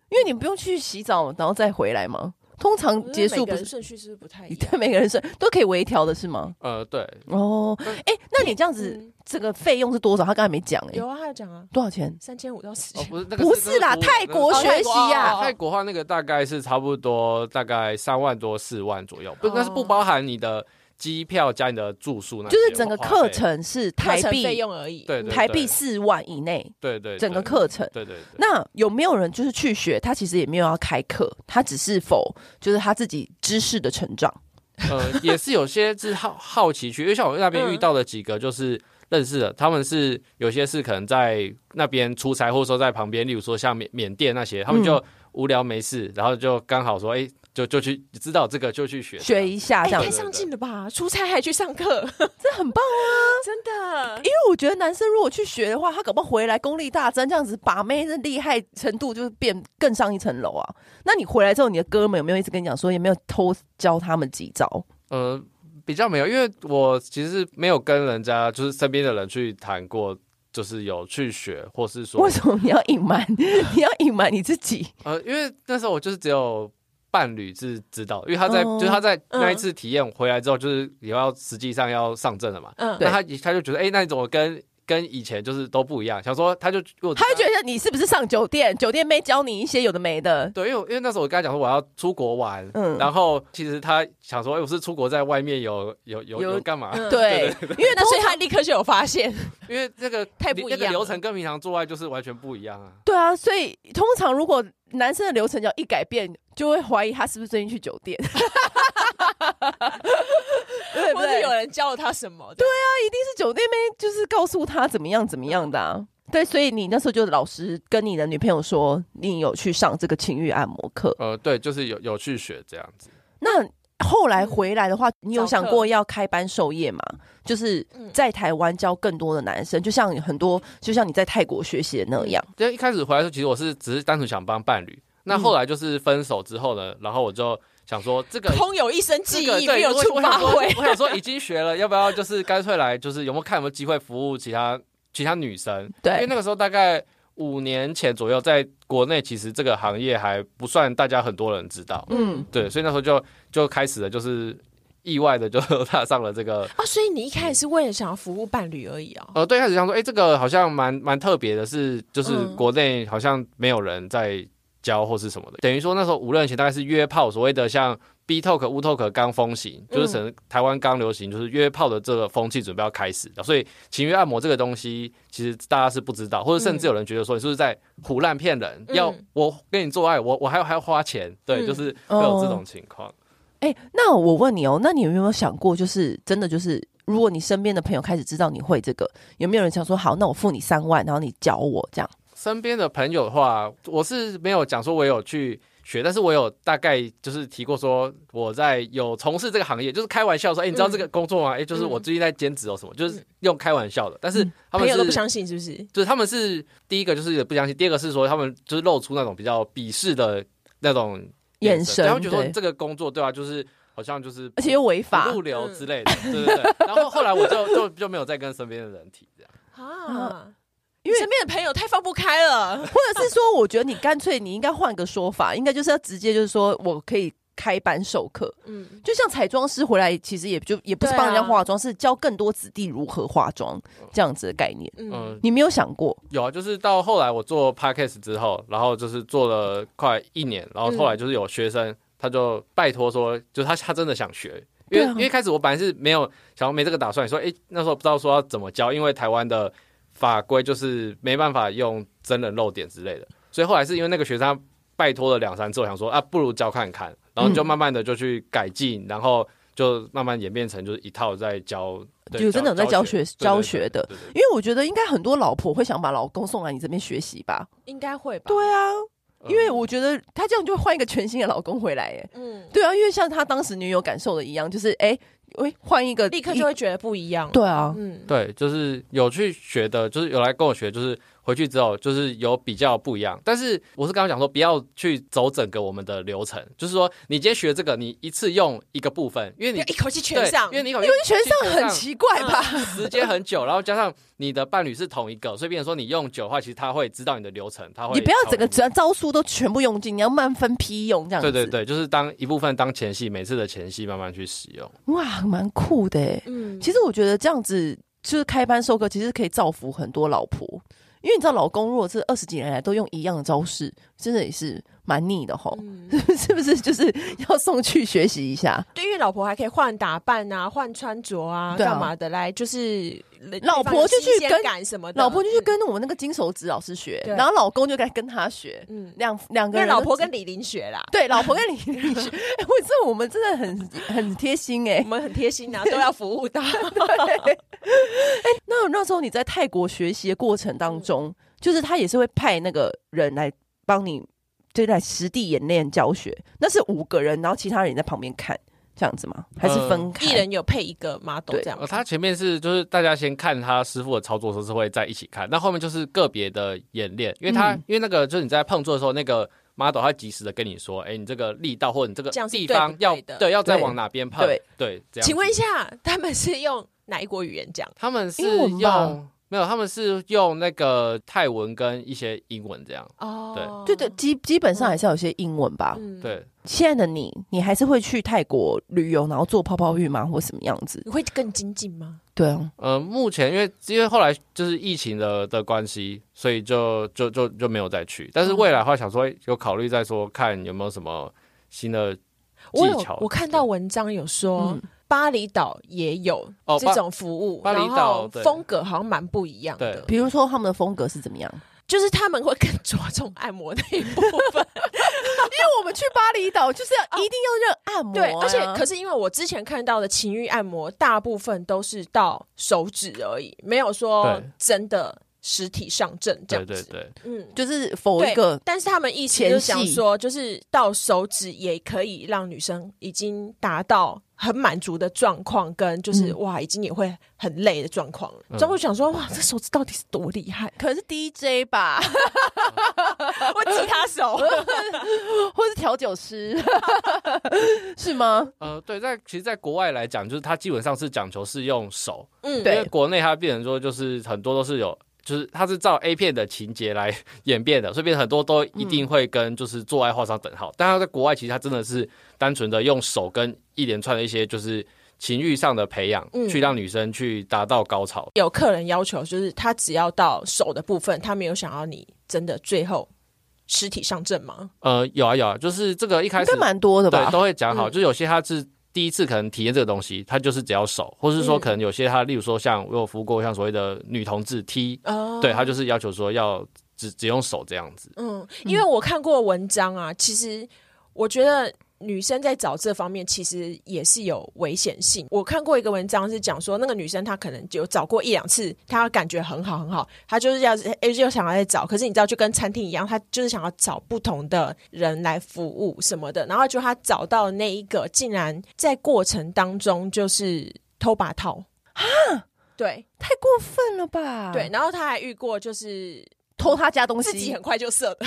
Speaker 1: 因为你不用去洗澡，然后再回来吗？通常结束不是
Speaker 2: 顺序嗯是不是不太一
Speaker 1: 你 对每个人是都可以微调的是吗？
Speaker 3: 呃，对，
Speaker 1: 哦，哎、那你这样子、
Speaker 2: 嗯
Speaker 1: 这个费用是多少？他刚才没讲哎、
Speaker 2: 有啊，还有讲啊，
Speaker 1: 多少钱？
Speaker 2: 三千五到四
Speaker 3: 哦，
Speaker 2: 千。
Speaker 3: 不是那个
Speaker 1: 不是啦，
Speaker 3: 那个
Speaker 1: 泰国
Speaker 2: 哦
Speaker 1: 学习啊呀、
Speaker 2: 泰国哦
Speaker 3: 泰国话那个大概是差不多，大概三万多四万左右，不，
Speaker 2: 哦
Speaker 3: 那是不包含你的机票加你的住宿那些，
Speaker 1: 就是整个课程是
Speaker 2: 课
Speaker 1: 台
Speaker 2: 程费
Speaker 1: 币
Speaker 2: 用而已，
Speaker 3: 对对对
Speaker 1: 台币四万以内，
Speaker 3: 对，对对，
Speaker 1: 整个课程。
Speaker 3: 对，对对对。
Speaker 1: 那有没有人就是去学？他其实也没有要开课，他只是否就是他自己知识的成长。
Speaker 3: 呃，也是有些是好好奇去，因为像我那边遇到的几个就是认识的，他们是有些是可能在那边出差，或者说在旁边，例如说像缅缅甸那些，他们就无聊没事，然后就刚好说，哎、就就去知道这个就去学
Speaker 1: 学一下
Speaker 2: 哎、
Speaker 1: 这样
Speaker 2: 太
Speaker 1: 子，
Speaker 2: 上进了吧！出差还去上 课，
Speaker 1: 这很棒啊！
Speaker 2: 真的
Speaker 1: 因为我觉得男生如果去学的话，他搞不好回来功力大增，这样子把妹的厉害程度就变更上一层楼啊。那你回来之后，你的哥们有没有一直跟你讲说，有没有偷教他们几 招？
Speaker 3: 呃，比较没有，因为我其实没有跟人家就是身边的人去谈过，就是有去学，或是说
Speaker 1: 为什么你要隐瞒？你要隐瞒你自己？
Speaker 3: 呃，因为那时候我就是只有伴侣是知道，因为他在、
Speaker 1: 哦
Speaker 3: 就是他在那一次体验回来之后，就是也要实际上要上阵了嘛。
Speaker 2: 嗯，
Speaker 3: 那他他就觉得，哎、那你怎么跟跟以前就是都不一样？想说他就我
Speaker 1: 他会觉得你是不是上酒店？酒店妹教你一些有的没的。
Speaker 3: 对，因为因为那时候我跟他讲说我要出国玩，
Speaker 1: 嗯
Speaker 3: 然后其实他想说，哎、我是出国在外面有有有
Speaker 1: 有
Speaker 3: 有干嘛？
Speaker 2: 嗯
Speaker 1: 对，因为
Speaker 2: 那所以
Speaker 1: 通常
Speaker 2: 他立刻就有发现，
Speaker 3: 因为那个
Speaker 2: 太不一样
Speaker 3: 那个流
Speaker 2: 了
Speaker 3: 程跟平常做爱就是完全不一样啊。
Speaker 1: 对啊，所以通常如果男生的流程只要一改变，就会怀疑他是不是最近去酒店， 对不
Speaker 2: 或者
Speaker 1: 对？
Speaker 2: 有
Speaker 1: 他
Speaker 2: 人教了他什么？对啊，
Speaker 1: 一定是酒店妹，就是告诉他怎么样怎么样的、啊。对，所以你那时候就老实跟你的女朋友说，你有去上这个情欲按摩课。
Speaker 3: 呃，对，就是有有去学这样子。
Speaker 1: 那后来回来的话，你有
Speaker 2: 早
Speaker 1: 想
Speaker 2: 课
Speaker 1: 过要开班授业吗？就是
Speaker 2: 嗯
Speaker 1: 在台湾教更多的男生，就像很多，就像你在泰国学习的那样。
Speaker 3: 就一开始回来的时候，其实我是只是单纯想帮伴侣。那
Speaker 2: 嗯
Speaker 3: 后来就是分手之后呢，然后我就想说这个。
Speaker 2: 空有一身
Speaker 3: 这
Speaker 2: 记
Speaker 3: 个
Speaker 2: 忆，
Speaker 3: 对
Speaker 2: 没有
Speaker 3: 我
Speaker 2: 处
Speaker 3: 我想
Speaker 2: 发
Speaker 3: 说
Speaker 2: 挥。
Speaker 3: 我想说已经学了，要不要就是干脆来，就是有没有看有没有机会服务其他其他女生？因为
Speaker 1: 对，
Speaker 3: 那个时候大概五年前左右，在国内其实这个行业还不算大家很多人知道，
Speaker 1: 嗯，
Speaker 3: 对，所以那时候就就开始了，就是意外的就踏上了这个
Speaker 2: 啊，所以你一开始是为了想要服务伴侣而已哦。
Speaker 3: 呃，对，开始想说，哎、这个好像蛮蛮特别的是，就是
Speaker 2: 嗯
Speaker 3: 国内好像没有人在教或是什么的，等于说那时候无论前大概是约炮，所谓的像 B Talk、U Talk 刚风行，
Speaker 2: 嗯
Speaker 3: 就是整个台湾刚流行，就是约炮的这个风气准备要开始的，所以情欲按摩这个东西，其实大家是不知道，或者甚至有人觉得说，你是不是在胡乱骗人？
Speaker 2: 嗯
Speaker 3: 要我跟你做爱，我我还要还要花钱，对，
Speaker 2: 嗯
Speaker 3: 就是会有这
Speaker 1: 哦
Speaker 3: 种情况。
Speaker 1: 哎、那我问你哦，那你有没有想过，就是真的就是，如果你身边的朋友开始知道你会这个，有没有人想说，好，那我付你三万，然后你教我这样？
Speaker 3: 身边的朋友的话，我是没有讲说我有去学，但是我有大概就是提过说我在有从事这个行业，就是开玩笑说，哎、你
Speaker 2: 嗯
Speaker 3: 知道这个工作吗？哎、就是我最近在兼职哦什么，就是用开玩笑的。但是
Speaker 2: 嗯
Speaker 3: 他
Speaker 2: 朋
Speaker 3: 们
Speaker 2: 友
Speaker 3: 是
Speaker 2: 都不相信是不是？
Speaker 3: 就是他们是第一个就是也不相信，第二个是说他们就是露出那种比较鄙视的那种
Speaker 1: 眼
Speaker 3: 神，
Speaker 1: 神
Speaker 3: 对他们觉得
Speaker 1: 对
Speaker 3: 说这个工作对吧、就是好像就是
Speaker 1: 而且又违法
Speaker 3: 不入流之类的，对对对。然后后来我就就就没有再跟身边的人提这样。
Speaker 2: 啊，
Speaker 1: 因为
Speaker 2: 身边的朋友太放不开了。
Speaker 1: 或者是说，我觉得你干脆你应该换个说法，应该就是要直接就是说我可以开班授课，
Speaker 2: 嗯，
Speaker 1: 就像彩妆师回来，其实也就也不是
Speaker 2: 对啊
Speaker 1: 帮人家化妆，是教更多子弟如何化妆这样子的概念。
Speaker 2: 嗯
Speaker 3: 嗯，
Speaker 1: 你没有想过，
Speaker 3: 有啊，就是到后来我做 podcast 之后，然后就是做了快一年，然后后来就是有学生、他就拜托说，就是他他真的想学，因为、
Speaker 1: 对啊
Speaker 3: 因为一开始我本来是没有想要没这个打算，说哎、诶那时候不知道说要怎么教，因为台湾的法规就是没办法用真人露点之类的，所以后来是因为那个学生他拜托了两三次，我想说啊不如教看看，然后就
Speaker 1: 嗯
Speaker 3: 慢慢的就去改进，然后就慢慢演变成就是一套在教，对
Speaker 1: 有真的有在教学教学的，
Speaker 3: 对对对对对
Speaker 1: 因为我觉得应该很多老婆会想把老公送来你这边学习吧？
Speaker 2: 应该会吧？
Speaker 1: 对啊，
Speaker 3: 嗯
Speaker 1: 因为我觉得他这样就会换一个全新的老公回来耶。
Speaker 2: 嗯，
Speaker 1: 对啊，因为像他当时女友感受的一样，就是哎，喂、换一个
Speaker 2: 立刻就
Speaker 1: 一
Speaker 2: 会觉得不一样。
Speaker 1: 对啊，
Speaker 2: 嗯，
Speaker 3: 对，就是有去学的，就是有来跟我学，就是回去之后就是有比较不一样。但是我是刚刚讲说，不要去走整个我们的流程，就是说你今天学这个，你一次用一个部分，因为
Speaker 2: 不
Speaker 3: 你
Speaker 2: 要一口气全
Speaker 3: 对
Speaker 2: 上，
Speaker 3: 因为你因
Speaker 1: 因为全上很奇怪
Speaker 2: 嗯
Speaker 1: 吧？
Speaker 3: 时间很久，然后加上你的伴侣是同一个，所以变成说你用久的话，其实他会知道你的流程，他会
Speaker 1: 你不要整个
Speaker 3: 调整
Speaker 1: 招招数都全部用尽，你要慢分批用这样
Speaker 3: 对
Speaker 1: 子。
Speaker 3: 对对，就是当一部分当前戏，每次的前戏慢慢去使用。
Speaker 1: 哇，蛮酷的耶。
Speaker 2: 嗯，
Speaker 1: 其实我觉得这样子就是开班授课，其实可以造福很多老婆，因为你知道，老公如果是二十几年来都用一样的招式，真的也是蛮腻的吼，
Speaker 2: 嗯
Speaker 1: 是不是？就是要送去学习一下，
Speaker 2: 对，因为老婆还可以换打扮啊，换穿着啊，
Speaker 1: 对啊
Speaker 2: 干嘛的来，就是
Speaker 1: 老婆就去跟
Speaker 2: 新鲜感什么的，
Speaker 1: 老婆就去跟我们那个金手指老师学，
Speaker 2: 对
Speaker 1: 然后老公就该跟他学，
Speaker 2: 嗯，嗯
Speaker 1: 两两个
Speaker 2: 那
Speaker 1: 人
Speaker 2: 老
Speaker 1: 都
Speaker 2: 婆
Speaker 1: 知
Speaker 2: 跟李玲学啦，
Speaker 1: 对老婆跟你 你学，哎，我这我们真的很很贴心哎、
Speaker 2: 我们很贴心啊，都要服务到。
Speaker 1: 哎那那时候你在泰国学习的过程当中，就是他也是会派那个人来帮你，就来实地演练教学。那是五个人，然后其他人也在旁边看，这样子吗？还是分开？
Speaker 2: 一人有配一个 model
Speaker 1: 对
Speaker 2: 这样
Speaker 3: 呃，，他前面是就是大家先看他师傅的操作的时候是会在一起看，那后面就是个别的演练，因为他、
Speaker 1: 嗯
Speaker 3: 因为那个就是你在碰撞的时候，那个 model 他及时的跟你说，哎、你这个力道或者你这个
Speaker 2: 这样是
Speaker 3: 地
Speaker 2: 对
Speaker 3: 方
Speaker 2: 不对
Speaker 3: 要
Speaker 2: 的
Speaker 3: 要再
Speaker 1: 对
Speaker 3: 往哪边碰，
Speaker 1: 对
Speaker 3: 对，这样。
Speaker 2: 请问一，下，他们是用哪一国语言讲？
Speaker 3: 他们是
Speaker 1: 英文吧
Speaker 3: 用没有？他们是用那个泰文跟一些英文这样，
Speaker 2: 哦，
Speaker 1: 对对，基基本上还是要有些英文吧。
Speaker 2: 嗯，
Speaker 3: 对。
Speaker 1: 现在的你，你还是会去泰国旅游，然后做泡泡浴吗，或什么样子？
Speaker 2: 你会更精进吗？
Speaker 1: 对啊，
Speaker 3: 呃，目前因为因为后来就是疫情的的关系，所以就就就就没有再去。
Speaker 2: 嗯
Speaker 3: 但是未来的话，想说有考虑再说看有没有什么新的技
Speaker 2: 我有
Speaker 3: 巧。
Speaker 2: 我看到文章有说，
Speaker 1: 嗯，
Speaker 2: 巴厘岛也有
Speaker 3: 哦
Speaker 2: 这种服务，
Speaker 3: 巴巴厘岛
Speaker 2: 然后
Speaker 3: 对
Speaker 2: 风格好像蛮不一样的
Speaker 3: 对，
Speaker 1: 比如说他们的风格是怎么样？
Speaker 2: 就是他们会更着重按摩那一部 分。
Speaker 1: 因为我们去巴厘岛就是要一定要热按摩、啊
Speaker 2: 对，而且可是因为我之前看到的情欲按摩，大部分都是到手指而已，没有说
Speaker 3: 对
Speaker 2: 真的实体上阵这
Speaker 3: 对
Speaker 2: 样
Speaker 3: 对
Speaker 2: 子。
Speaker 3: 对，
Speaker 2: 嗯。
Speaker 1: 就是否
Speaker 2: 对
Speaker 1: 一个
Speaker 2: 但是他们一前
Speaker 1: 前
Speaker 2: 就
Speaker 1: 戏
Speaker 2: 想说，就是到手指也可以让女生已经达到很满足的状况，跟就是、
Speaker 1: 嗯
Speaker 2: 哇，已经也会很累的状况了。
Speaker 3: 嗯
Speaker 2: 所以我想说，哇，这手指到底是多厉 害？
Speaker 1: 可能是 DJ 吧，
Speaker 2: 我吉他手，
Speaker 1: 或是调酒师， 是吗？
Speaker 3: 呃，对，在其实，在国外来讲，就是它基本上是讲求是用手，
Speaker 2: 嗯，
Speaker 1: 对
Speaker 3: 因为国内它变成说就是很多都是有。就是它是照 A 片的情节来演变的，所以变成很多都一定会跟就是做爱画上等号。但它在国外其实它真的是单纯的用手跟一连串的一些就是情欲上的培养，
Speaker 2: 嗯
Speaker 3: 去让女生去达到高潮。
Speaker 2: 有客人要求，就是他只要到手的部分，他没有想要你真的最后实体上阵吗？
Speaker 3: 呃，有啊有啊，就是这个一开
Speaker 1: 应
Speaker 3: 始
Speaker 1: 该蛮多的
Speaker 3: 对
Speaker 1: 吧？
Speaker 3: 都会讲
Speaker 2: 嗯
Speaker 3: 好，就有些他是第一次可能体验这个东西，他就是只要手，或是说
Speaker 2: 嗯
Speaker 3: 可能有些他，例如说像我有服务过像所谓的女同志 T，
Speaker 2: 哦
Speaker 3: 对他就是要求说要只只用手这样子。
Speaker 2: 嗯，因为我看过文章啊，其实我觉得女生在找这方面其实也是有危险性。我看过一个文章是讲说，那个女生她可能有找过一两次，她感觉很好很好，她就是要哎就想要再找，可是你知道就跟餐厅一样，她就是想要找不同的人来服务什么的，然后就她找到那一个，竟然在过程当中就是偷拔套啊，对
Speaker 1: 太过分了吧？
Speaker 2: 对，，然后她还遇过就是
Speaker 1: 偷他家东
Speaker 2: 自己
Speaker 1: 西
Speaker 2: 很，快就 射的，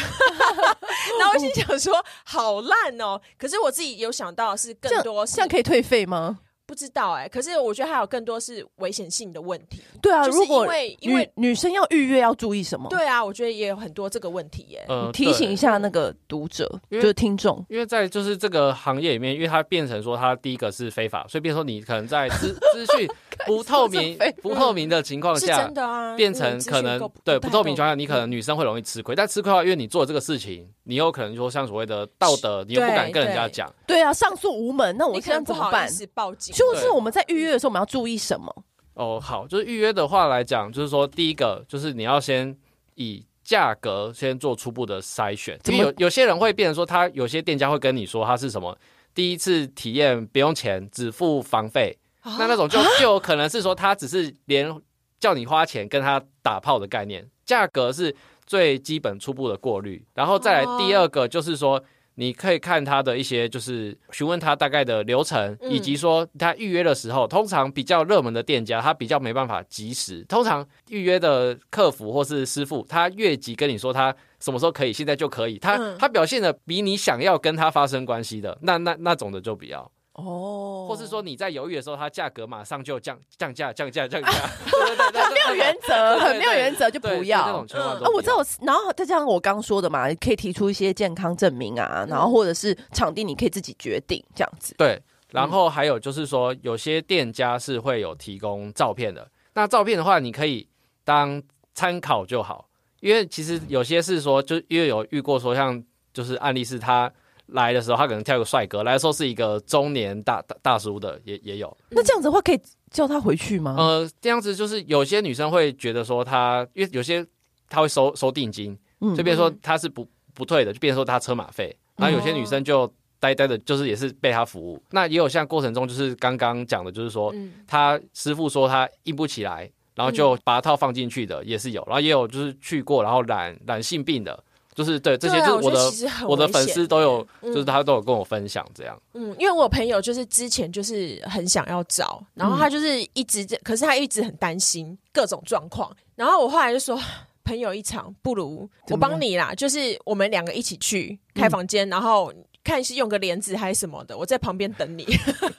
Speaker 2: 然后我心想说好烂哦、可是我自己有想到是
Speaker 1: 这
Speaker 2: 更
Speaker 1: 样
Speaker 2: 多
Speaker 1: 这样
Speaker 2: 像
Speaker 1: 可以退费吗？
Speaker 2: 不知道哎、可是我觉得还有更多是危险性的问题。
Speaker 1: 对啊，
Speaker 2: 就是
Speaker 1: 如果
Speaker 2: 因为因
Speaker 1: 女
Speaker 2: 为
Speaker 1: 女生要预约要注意什么？
Speaker 2: 对啊，我觉得也有很多这个问题耶、
Speaker 3: 呃，
Speaker 1: 提醒
Speaker 3: 对
Speaker 1: 一下那个读者，
Speaker 3: 因
Speaker 1: 就
Speaker 3: 为
Speaker 1: 是听众。
Speaker 3: 因为在就是这个行业里面，因为它变成说它第一个是非法，所以变成说你可能在 资资讯不透明
Speaker 1: 是非、
Speaker 3: 不透明的情况
Speaker 2: 嗯是
Speaker 3: 下
Speaker 2: 真，的啊，
Speaker 3: 变
Speaker 2: 因为
Speaker 3: 成
Speaker 2: 资
Speaker 3: 可
Speaker 2: 讯
Speaker 3: 能
Speaker 2: 够不嗯
Speaker 3: 对
Speaker 2: 太
Speaker 3: 不透明
Speaker 2: 够
Speaker 3: 状态，你可能女生会容易吃亏。但吃亏的话，因为你做这个事情，你有可能说像所谓的道德，你又不敢跟人家讲。
Speaker 1: 对啊，上诉无门，那我
Speaker 2: 你
Speaker 1: 现
Speaker 2: 可
Speaker 1: 在
Speaker 2: 能不
Speaker 1: 怎么
Speaker 2: 好意
Speaker 1: 办？
Speaker 2: 思报警，
Speaker 1: 就是
Speaker 3: 对
Speaker 1: 我们在预约的时候，我们要注意什么？
Speaker 3: 哦，好，就是预约的话来讲，就是说第一个就是你要先以价格先做初步的筛选，
Speaker 1: 怎
Speaker 3: 因
Speaker 1: 么
Speaker 3: 为有有些人会变成说他有些店家会跟你说他是什么第一次体验不用钱，只付房费。
Speaker 2: 啊
Speaker 3: 那那种就就有可能是说，他只是连叫你花钱跟他打炮的概念，价格是最基本初步的过滤，然后再
Speaker 2: 哦
Speaker 3: 来嗯第二个就是说，你可以看他的一些就是询问他大概的流程，
Speaker 2: 嗯
Speaker 3: 以及说他预约的时候，通常比较热门的店家他比较没办法及时，通常预约的客服或是师傅，他越级跟你说他。什么时候可以？现在就可以。他、
Speaker 2: 嗯
Speaker 3: 他表现的比你想要跟他发生关系的，那那那种的就比较。
Speaker 1: 哦
Speaker 3: 或是说你在犹豫的时候，它价格马上就降降价降 价降价，对对 对，
Speaker 1: 没有原则，很没有原则就
Speaker 3: 对
Speaker 1: 不
Speaker 3: 那
Speaker 1: 要
Speaker 3: 种。千万
Speaker 1: 啊，
Speaker 3: 都
Speaker 1: 我知道，我然后再加上我刚说的嘛，可以提出一些健康证明啊，然后或者是场地你可以自己决定这样子。
Speaker 3: 对。然后还有就是说，有些店家是会有提供照片的，那照片的话，你可以当参考就好，因为其实有些是说，就因为有遇过说，像就是案例是他来的时候，他可能挑一个帅哥，来的时候是一个中年大大大叔的，也也有。
Speaker 1: 那这样子的话，可以叫他回去吗？
Speaker 3: 呃，这样子就是有些女生会觉得说她，因为有些她会收收定金，
Speaker 1: 嗯
Speaker 3: 就变成说她是不不退的，就变成说她车马费。然
Speaker 2: 哦
Speaker 3: 后有些女生就呆呆的，就是也是被他服务。那也有像过程中，就是刚刚讲的，就是说
Speaker 2: 嗯，
Speaker 3: 她师傅说她硬不起来，然后就把她套放进去的也是有，然后也有就是去过然后染染性病的，就是对这些
Speaker 2: 对啊
Speaker 3: 就是
Speaker 2: 我觉
Speaker 3: 我
Speaker 2: 得
Speaker 3: 的
Speaker 2: 其实很
Speaker 3: 我的
Speaker 2: 危
Speaker 3: 粉
Speaker 2: 险
Speaker 3: 丝都有，
Speaker 2: 嗯
Speaker 3: 就是他都有跟我分享这样。
Speaker 2: 嗯，因为我有朋友就是之前就是很想要找，然后他
Speaker 1: 嗯
Speaker 2: 就是一直，可是他一直很担心各种状况，然后我后来就说。朋友一场，不如我
Speaker 1: 怎么样嗯
Speaker 2: 帮你啦，就是我们两个一起去开房间，然后看是用个帘子还是什么的，我在旁边等你。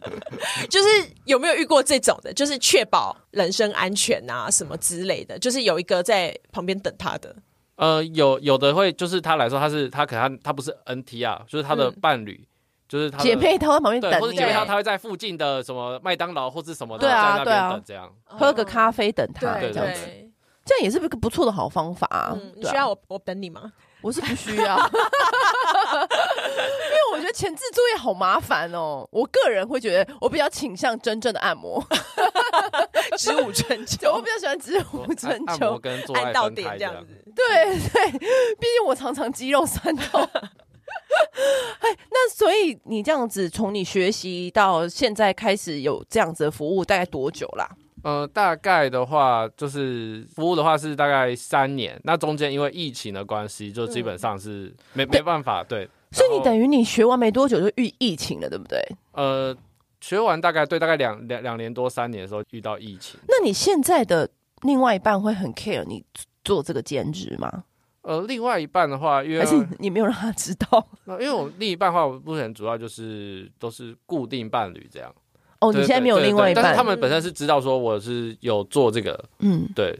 Speaker 2: 就是有没有遇过这种的，就是确保人身安全啊什么之类的，就是有一个在旁边等他的。
Speaker 3: 呃，有有的会就是他来说，他是他可能他他不是 NT 啊，就是他的
Speaker 2: 嗯
Speaker 3: 伴侣，就是他的
Speaker 1: 姐妹她在旁边
Speaker 3: 对，
Speaker 1: 等
Speaker 3: 或者
Speaker 1: 你
Speaker 3: 姐妹
Speaker 2: 她
Speaker 3: 她他会在附近的什么麦当劳或是什么的
Speaker 1: 对啊
Speaker 3: 在那
Speaker 1: 对
Speaker 3: 边
Speaker 1: 啊
Speaker 3: 等这样。
Speaker 1: 喝个咖啡等他
Speaker 2: 哦对
Speaker 1: 这样子，
Speaker 2: 对，
Speaker 1: 这样也是一个不错的好方法啊
Speaker 2: 嗯，。你
Speaker 1: 对啊
Speaker 2: 需要我我等你吗？
Speaker 1: 我是不需 要，因为我觉得前置作业好麻烦哦。我个人会觉得，我比较倾向真正的按摩，
Speaker 2: 知无春 秋
Speaker 1: 就我比较喜欢植
Speaker 3: 我
Speaker 1: 物针
Speaker 3: 哦按按摩
Speaker 1: 灸。
Speaker 3: 跟做
Speaker 2: 按
Speaker 3: 爱
Speaker 2: 到
Speaker 3: 分
Speaker 2: 点
Speaker 3: 开
Speaker 2: 这样子。
Speaker 1: 对对，毕竟我常常肌肉酸痛。 哎，那所以你这样子，从你学习到现在开始有这样子的服务，大概多久啦？
Speaker 3: 呃，大概的话就是服务的话是大概三年，那中间因为疫情的关系，就基
Speaker 1: 嗯
Speaker 3: 本上是、没没办法对。
Speaker 1: 所以你
Speaker 3: 于
Speaker 1: 等于你学完没多久就遇疫情了，对不对？
Speaker 3: 呃学完大概对大概两两两年多三年的时候遇到疫情。
Speaker 1: 那你现在的另外一半会很 care 你做这个兼职吗？
Speaker 3: 呃，另外一半的话，因为
Speaker 1: 还是你没有让他知道？
Speaker 3: 那因为我另一半的话，我目前主要就是都是固定伴侣这样。
Speaker 1: 哦，
Speaker 3: 哦
Speaker 1: 你现在没有另外一
Speaker 3: 但是
Speaker 1: 半
Speaker 3: 他，们本身是知道说我是有做这个，
Speaker 1: 嗯，
Speaker 3: 对，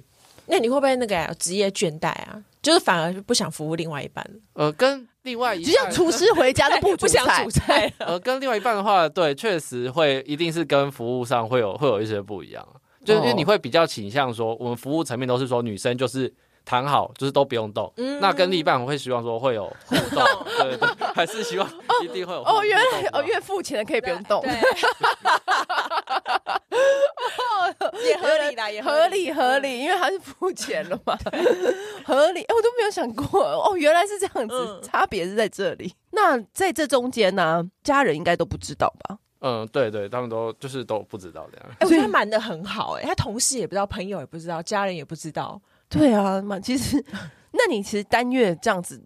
Speaker 2: 那你会不会那个啊职、业倦怠啊？就是反而不想服务另外一半了，
Speaker 3: 呃，跟另外一
Speaker 1: 就像
Speaker 3: 半
Speaker 1: 厨师回家都不
Speaker 2: 啊 不想
Speaker 1: 菜
Speaker 2: 煮，菜了。
Speaker 3: 呃，跟另外一半的话，对，确实会一定是跟服务上会有会有一些不一样，啊就是
Speaker 1: 哦
Speaker 3: 因为你会比较倾向说，我们服务层面都是说女生就是躺好，就是都不用动。
Speaker 2: 嗯
Speaker 3: 那跟另一半我会希望说会有互 动，对对对，还是希望一定会有互动啊
Speaker 1: 哦，原来 哦，
Speaker 3: 互
Speaker 1: 越付钱的可以不用动
Speaker 2: 对， 也合理 啦，也
Speaker 1: 合理合。理，
Speaker 2: 嗯
Speaker 1: 因为他是付钱了嘛， 合理。哎，我都没有想过，哦，原来是这样子
Speaker 2: 嗯，
Speaker 1: 差别是在这里。那在这中间呢，家人应该都不知道吧？
Speaker 3: 动嗯，对对，他们都就是都不知道这样。
Speaker 2: 哎、我觉
Speaker 1: 所以
Speaker 2: 得他瞒的很好、哎，他同事也不知道，朋友也不知道，家人也不知道。
Speaker 1: 对啊，嘛，其实， 那你其实单月这样子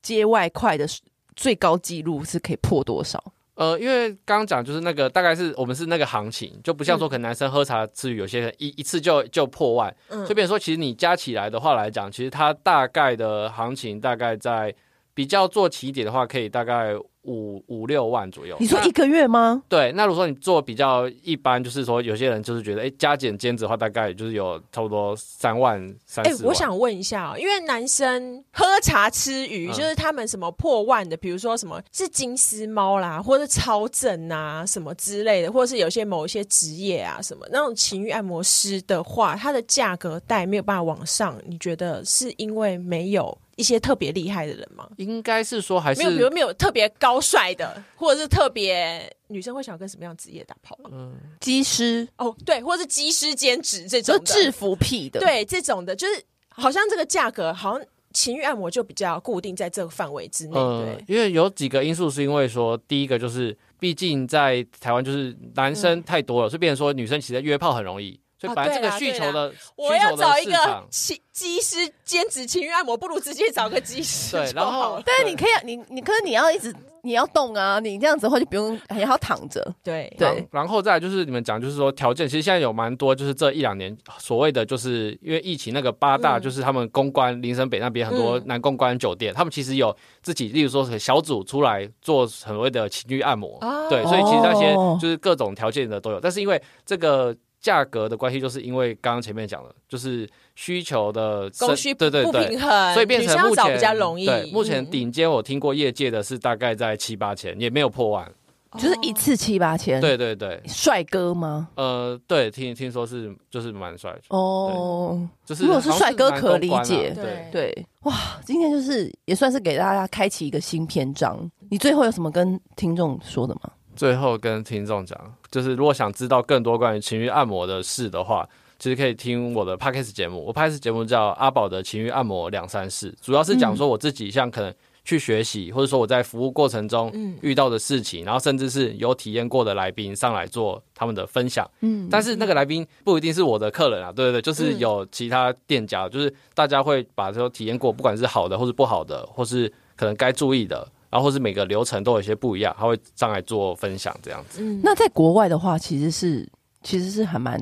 Speaker 1: 接外快的最高纪录是可以破多少？
Speaker 3: 呃，因为刚刚讲就是那个大概是我们是那个行情，就
Speaker 2: 嗯
Speaker 3: 不像说可能男生喝茶吃鱼，有些人一一次就就破万，
Speaker 2: 嗯
Speaker 3: 所以变成说其实你加起来的话来讲，其实它大概的行情大概在比较做起点的话，可以大概五五六万左右
Speaker 1: 你。说一个月吗？
Speaker 3: 对，那如果说你做比较一般，就是说有些人就是觉得，哎、加减兼职的话，大概也就是有差不多三万三
Speaker 2: 哎、
Speaker 3: 四万。
Speaker 2: 我想问一下、哦，因为男生喝茶吃鱼，
Speaker 3: 嗯
Speaker 2: 就是他们什么破万的，比如说什么是金丝猫啦，或者是超正啊什么之类的，或者是有些某一些职业啊什么那种情欲按摩师的话，它的价格带没有办法往上，你觉得是因为没有一些特别厉害的人吗？
Speaker 3: 应该是说还是
Speaker 2: 没有，比如没有特别高帅的，或者是特别女生会想跟什么样的职业打炮吗？
Speaker 3: 嗯
Speaker 1: 机师，
Speaker 2: 哦，对，或者是技师兼职这种
Speaker 1: 就
Speaker 2: 的
Speaker 1: 制服癖的，，
Speaker 2: 对这种的，就是好像这个价格好像。情欲按摩就比较固定在这个范围之内，
Speaker 3: 呃
Speaker 2: 对，
Speaker 3: 因为有几个因素是因为说，第一个就是，毕竟在台湾就是男生太多了，所以变成说女生其实约炮很容易，所以
Speaker 2: 嗯哦
Speaker 3: 本来
Speaker 2: 对
Speaker 3: 这个
Speaker 2: 啦
Speaker 3: 需
Speaker 2: 对
Speaker 3: 求
Speaker 2: 啦
Speaker 3: 的、
Speaker 2: 我
Speaker 3: 需
Speaker 2: 要
Speaker 3: 求
Speaker 2: 找
Speaker 3: 的
Speaker 2: 一
Speaker 3: 市
Speaker 2: 个
Speaker 3: 场。
Speaker 2: 技技师兼职情欲按摩，不如直接找个技师
Speaker 3: 对，
Speaker 2: 就
Speaker 3: 然
Speaker 2: 好
Speaker 3: 后
Speaker 2: 了
Speaker 1: 但是你可以，啊你你可是你要一直你要动啊，你这样子的话就不用，还要躺着，
Speaker 2: 对
Speaker 1: 对
Speaker 3: 然然后再来就是你们讲，就是说条件，其实现在有蛮多，就是这一两年所谓的，就是因为疫情那个八大，
Speaker 2: 嗯
Speaker 3: 就是他们公关林森北那边很多
Speaker 2: 嗯
Speaker 3: 男公关酒店，他们其实有自己，例如说小组出来做所谓的情欲按摩，
Speaker 2: 啊
Speaker 3: 对，所以其实那些
Speaker 1: 哦
Speaker 3: 就是各种条件的都有，但是因为这个。价格的关系，就是因为刚刚前面讲的，就是需求的升
Speaker 2: 供需
Speaker 3: 对对
Speaker 2: 不
Speaker 3: 对，
Speaker 2: 平衡，
Speaker 3: 所以变
Speaker 2: 女
Speaker 3: 成
Speaker 2: 生要
Speaker 3: 目
Speaker 2: 找
Speaker 3: 前
Speaker 2: 比较容易
Speaker 3: 对，。目前
Speaker 2: 嗯
Speaker 3: 顶尖我听过业界的是大概在七八千，也没有破万。
Speaker 2: 哦
Speaker 1: 就是一次七八
Speaker 2: 嗯
Speaker 1: 千，，
Speaker 3: 对对对，
Speaker 1: 帅哥吗？
Speaker 3: 呃，对，听听说是就是蛮帅的，
Speaker 1: 哦，
Speaker 3: 就是
Speaker 1: 如果是
Speaker 3: 好像
Speaker 1: 帅哥
Speaker 3: 蛮
Speaker 1: 可
Speaker 3: 公
Speaker 1: 理
Speaker 3: 关啊
Speaker 1: 解
Speaker 3: 对。
Speaker 1: 对，哇，今天就是也算是给大家开启一个新篇章。你最后有什么跟听众说的吗？
Speaker 3: 最后跟听众讲，就是如果想知道更多关于情欲按摩的事的话，其实可以听我的 podcast 节目。我 podcast 节目叫《阿宝的情欲按摩两三事》，主要是
Speaker 1: 嗯
Speaker 3: 讲说我自己像可能去学习，或者说我在服务过程中
Speaker 2: 嗯
Speaker 3: 遇到的事情，然后甚至是有体验过的来宾上来做他们的分享。
Speaker 1: 嗯，
Speaker 3: 但是那个来宾不一定是我的客人啊，对对对，就是
Speaker 2: 嗯
Speaker 3: 有其他店家，就是大家会把这种体验过，不管是好的或是不好的，或是可能该注意的，然后或是每个流程都有一些不一样，他会上来做分享这样子。
Speaker 2: 嗯
Speaker 1: 那在国外的话，其实是其实是还蛮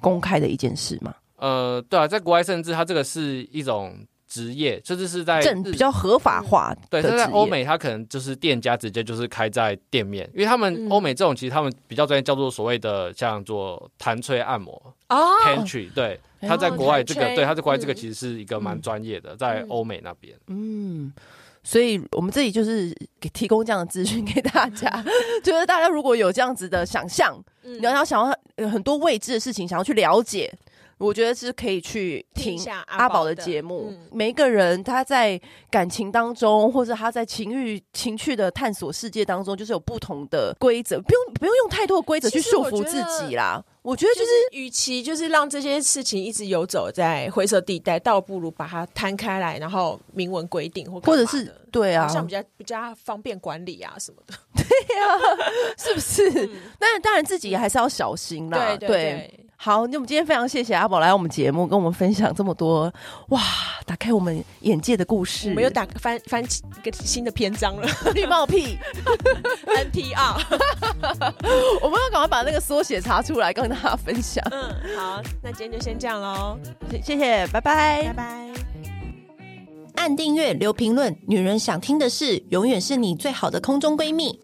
Speaker 1: 公开的一件事嘛，
Speaker 3: 呃，对啊，在国外甚至它这个是一种职业，甚至哎是在嗯
Speaker 1: 正
Speaker 3: 日
Speaker 1: 比较合法化的
Speaker 3: 对，
Speaker 1: 职
Speaker 3: 但在
Speaker 1: 业
Speaker 3: 欧美，它可能就是店家直接就是开在店面，因为他们
Speaker 2: 嗯
Speaker 3: 欧美这种其实他们比较专业，叫做所谓的像做弹吹按摩，
Speaker 2: 哦，
Speaker 3: pantry，对，
Speaker 1: 哎
Speaker 3: 他在国外这个
Speaker 2: 哦，
Speaker 3: 对他在国外这个
Speaker 2: 嗯
Speaker 3: 其实是一个蛮
Speaker 1: 嗯
Speaker 3: 专业的，在
Speaker 2: 嗯
Speaker 3: 欧美那边。
Speaker 1: 嗯。所以，我们这里就是给提供这样的资讯给大家， 就是大家如果有这样子的想象，
Speaker 2: 嗯
Speaker 1: 然后想要呃很多未知的事情，想要去了解，我觉得是可以去
Speaker 2: 听一
Speaker 1: 听
Speaker 2: 下
Speaker 1: 阿宝的
Speaker 2: 的
Speaker 1: 节目。
Speaker 2: 嗯
Speaker 1: 每一个人他在感情当中，或者他在情欲情趣的探索世界当中，就是有不同的规则，不用不用用太多的规则去
Speaker 2: 其实
Speaker 1: 束
Speaker 2: 我
Speaker 1: 缚
Speaker 2: 觉
Speaker 1: 自
Speaker 2: 得
Speaker 1: 己啦。我觉得就
Speaker 2: 就
Speaker 1: 是是。
Speaker 2: 与其就是让这些事情一直游走在灰色地带，倒不如把它摊开来，然后明文规定
Speaker 1: 或
Speaker 2: 或干嘛
Speaker 1: 者
Speaker 2: 的
Speaker 1: 是对啊
Speaker 2: 好，像比较比较方便管理啊什么的。
Speaker 1: 是不是？ 但当然自己还是要小心啦。
Speaker 2: 嗯对对对，
Speaker 1: 好，那我们今天非常谢谢阿宝来我们节目，跟我们分享这么多哇，打开我们眼界的故事。
Speaker 2: 我们又打翻翻起一个新的篇章 了
Speaker 1: 绿帽屁，
Speaker 2: ，NTR。
Speaker 1: 我们要赶快把那个缩写查出来，跟大家分享。
Speaker 2: 嗯，好，那今天就先这样喽，
Speaker 1: 谢谢谢，拜拜
Speaker 2: 拜拜。
Speaker 4: 按订阅，留评论，女人想听的事，永远是你最好的空中闺蜜。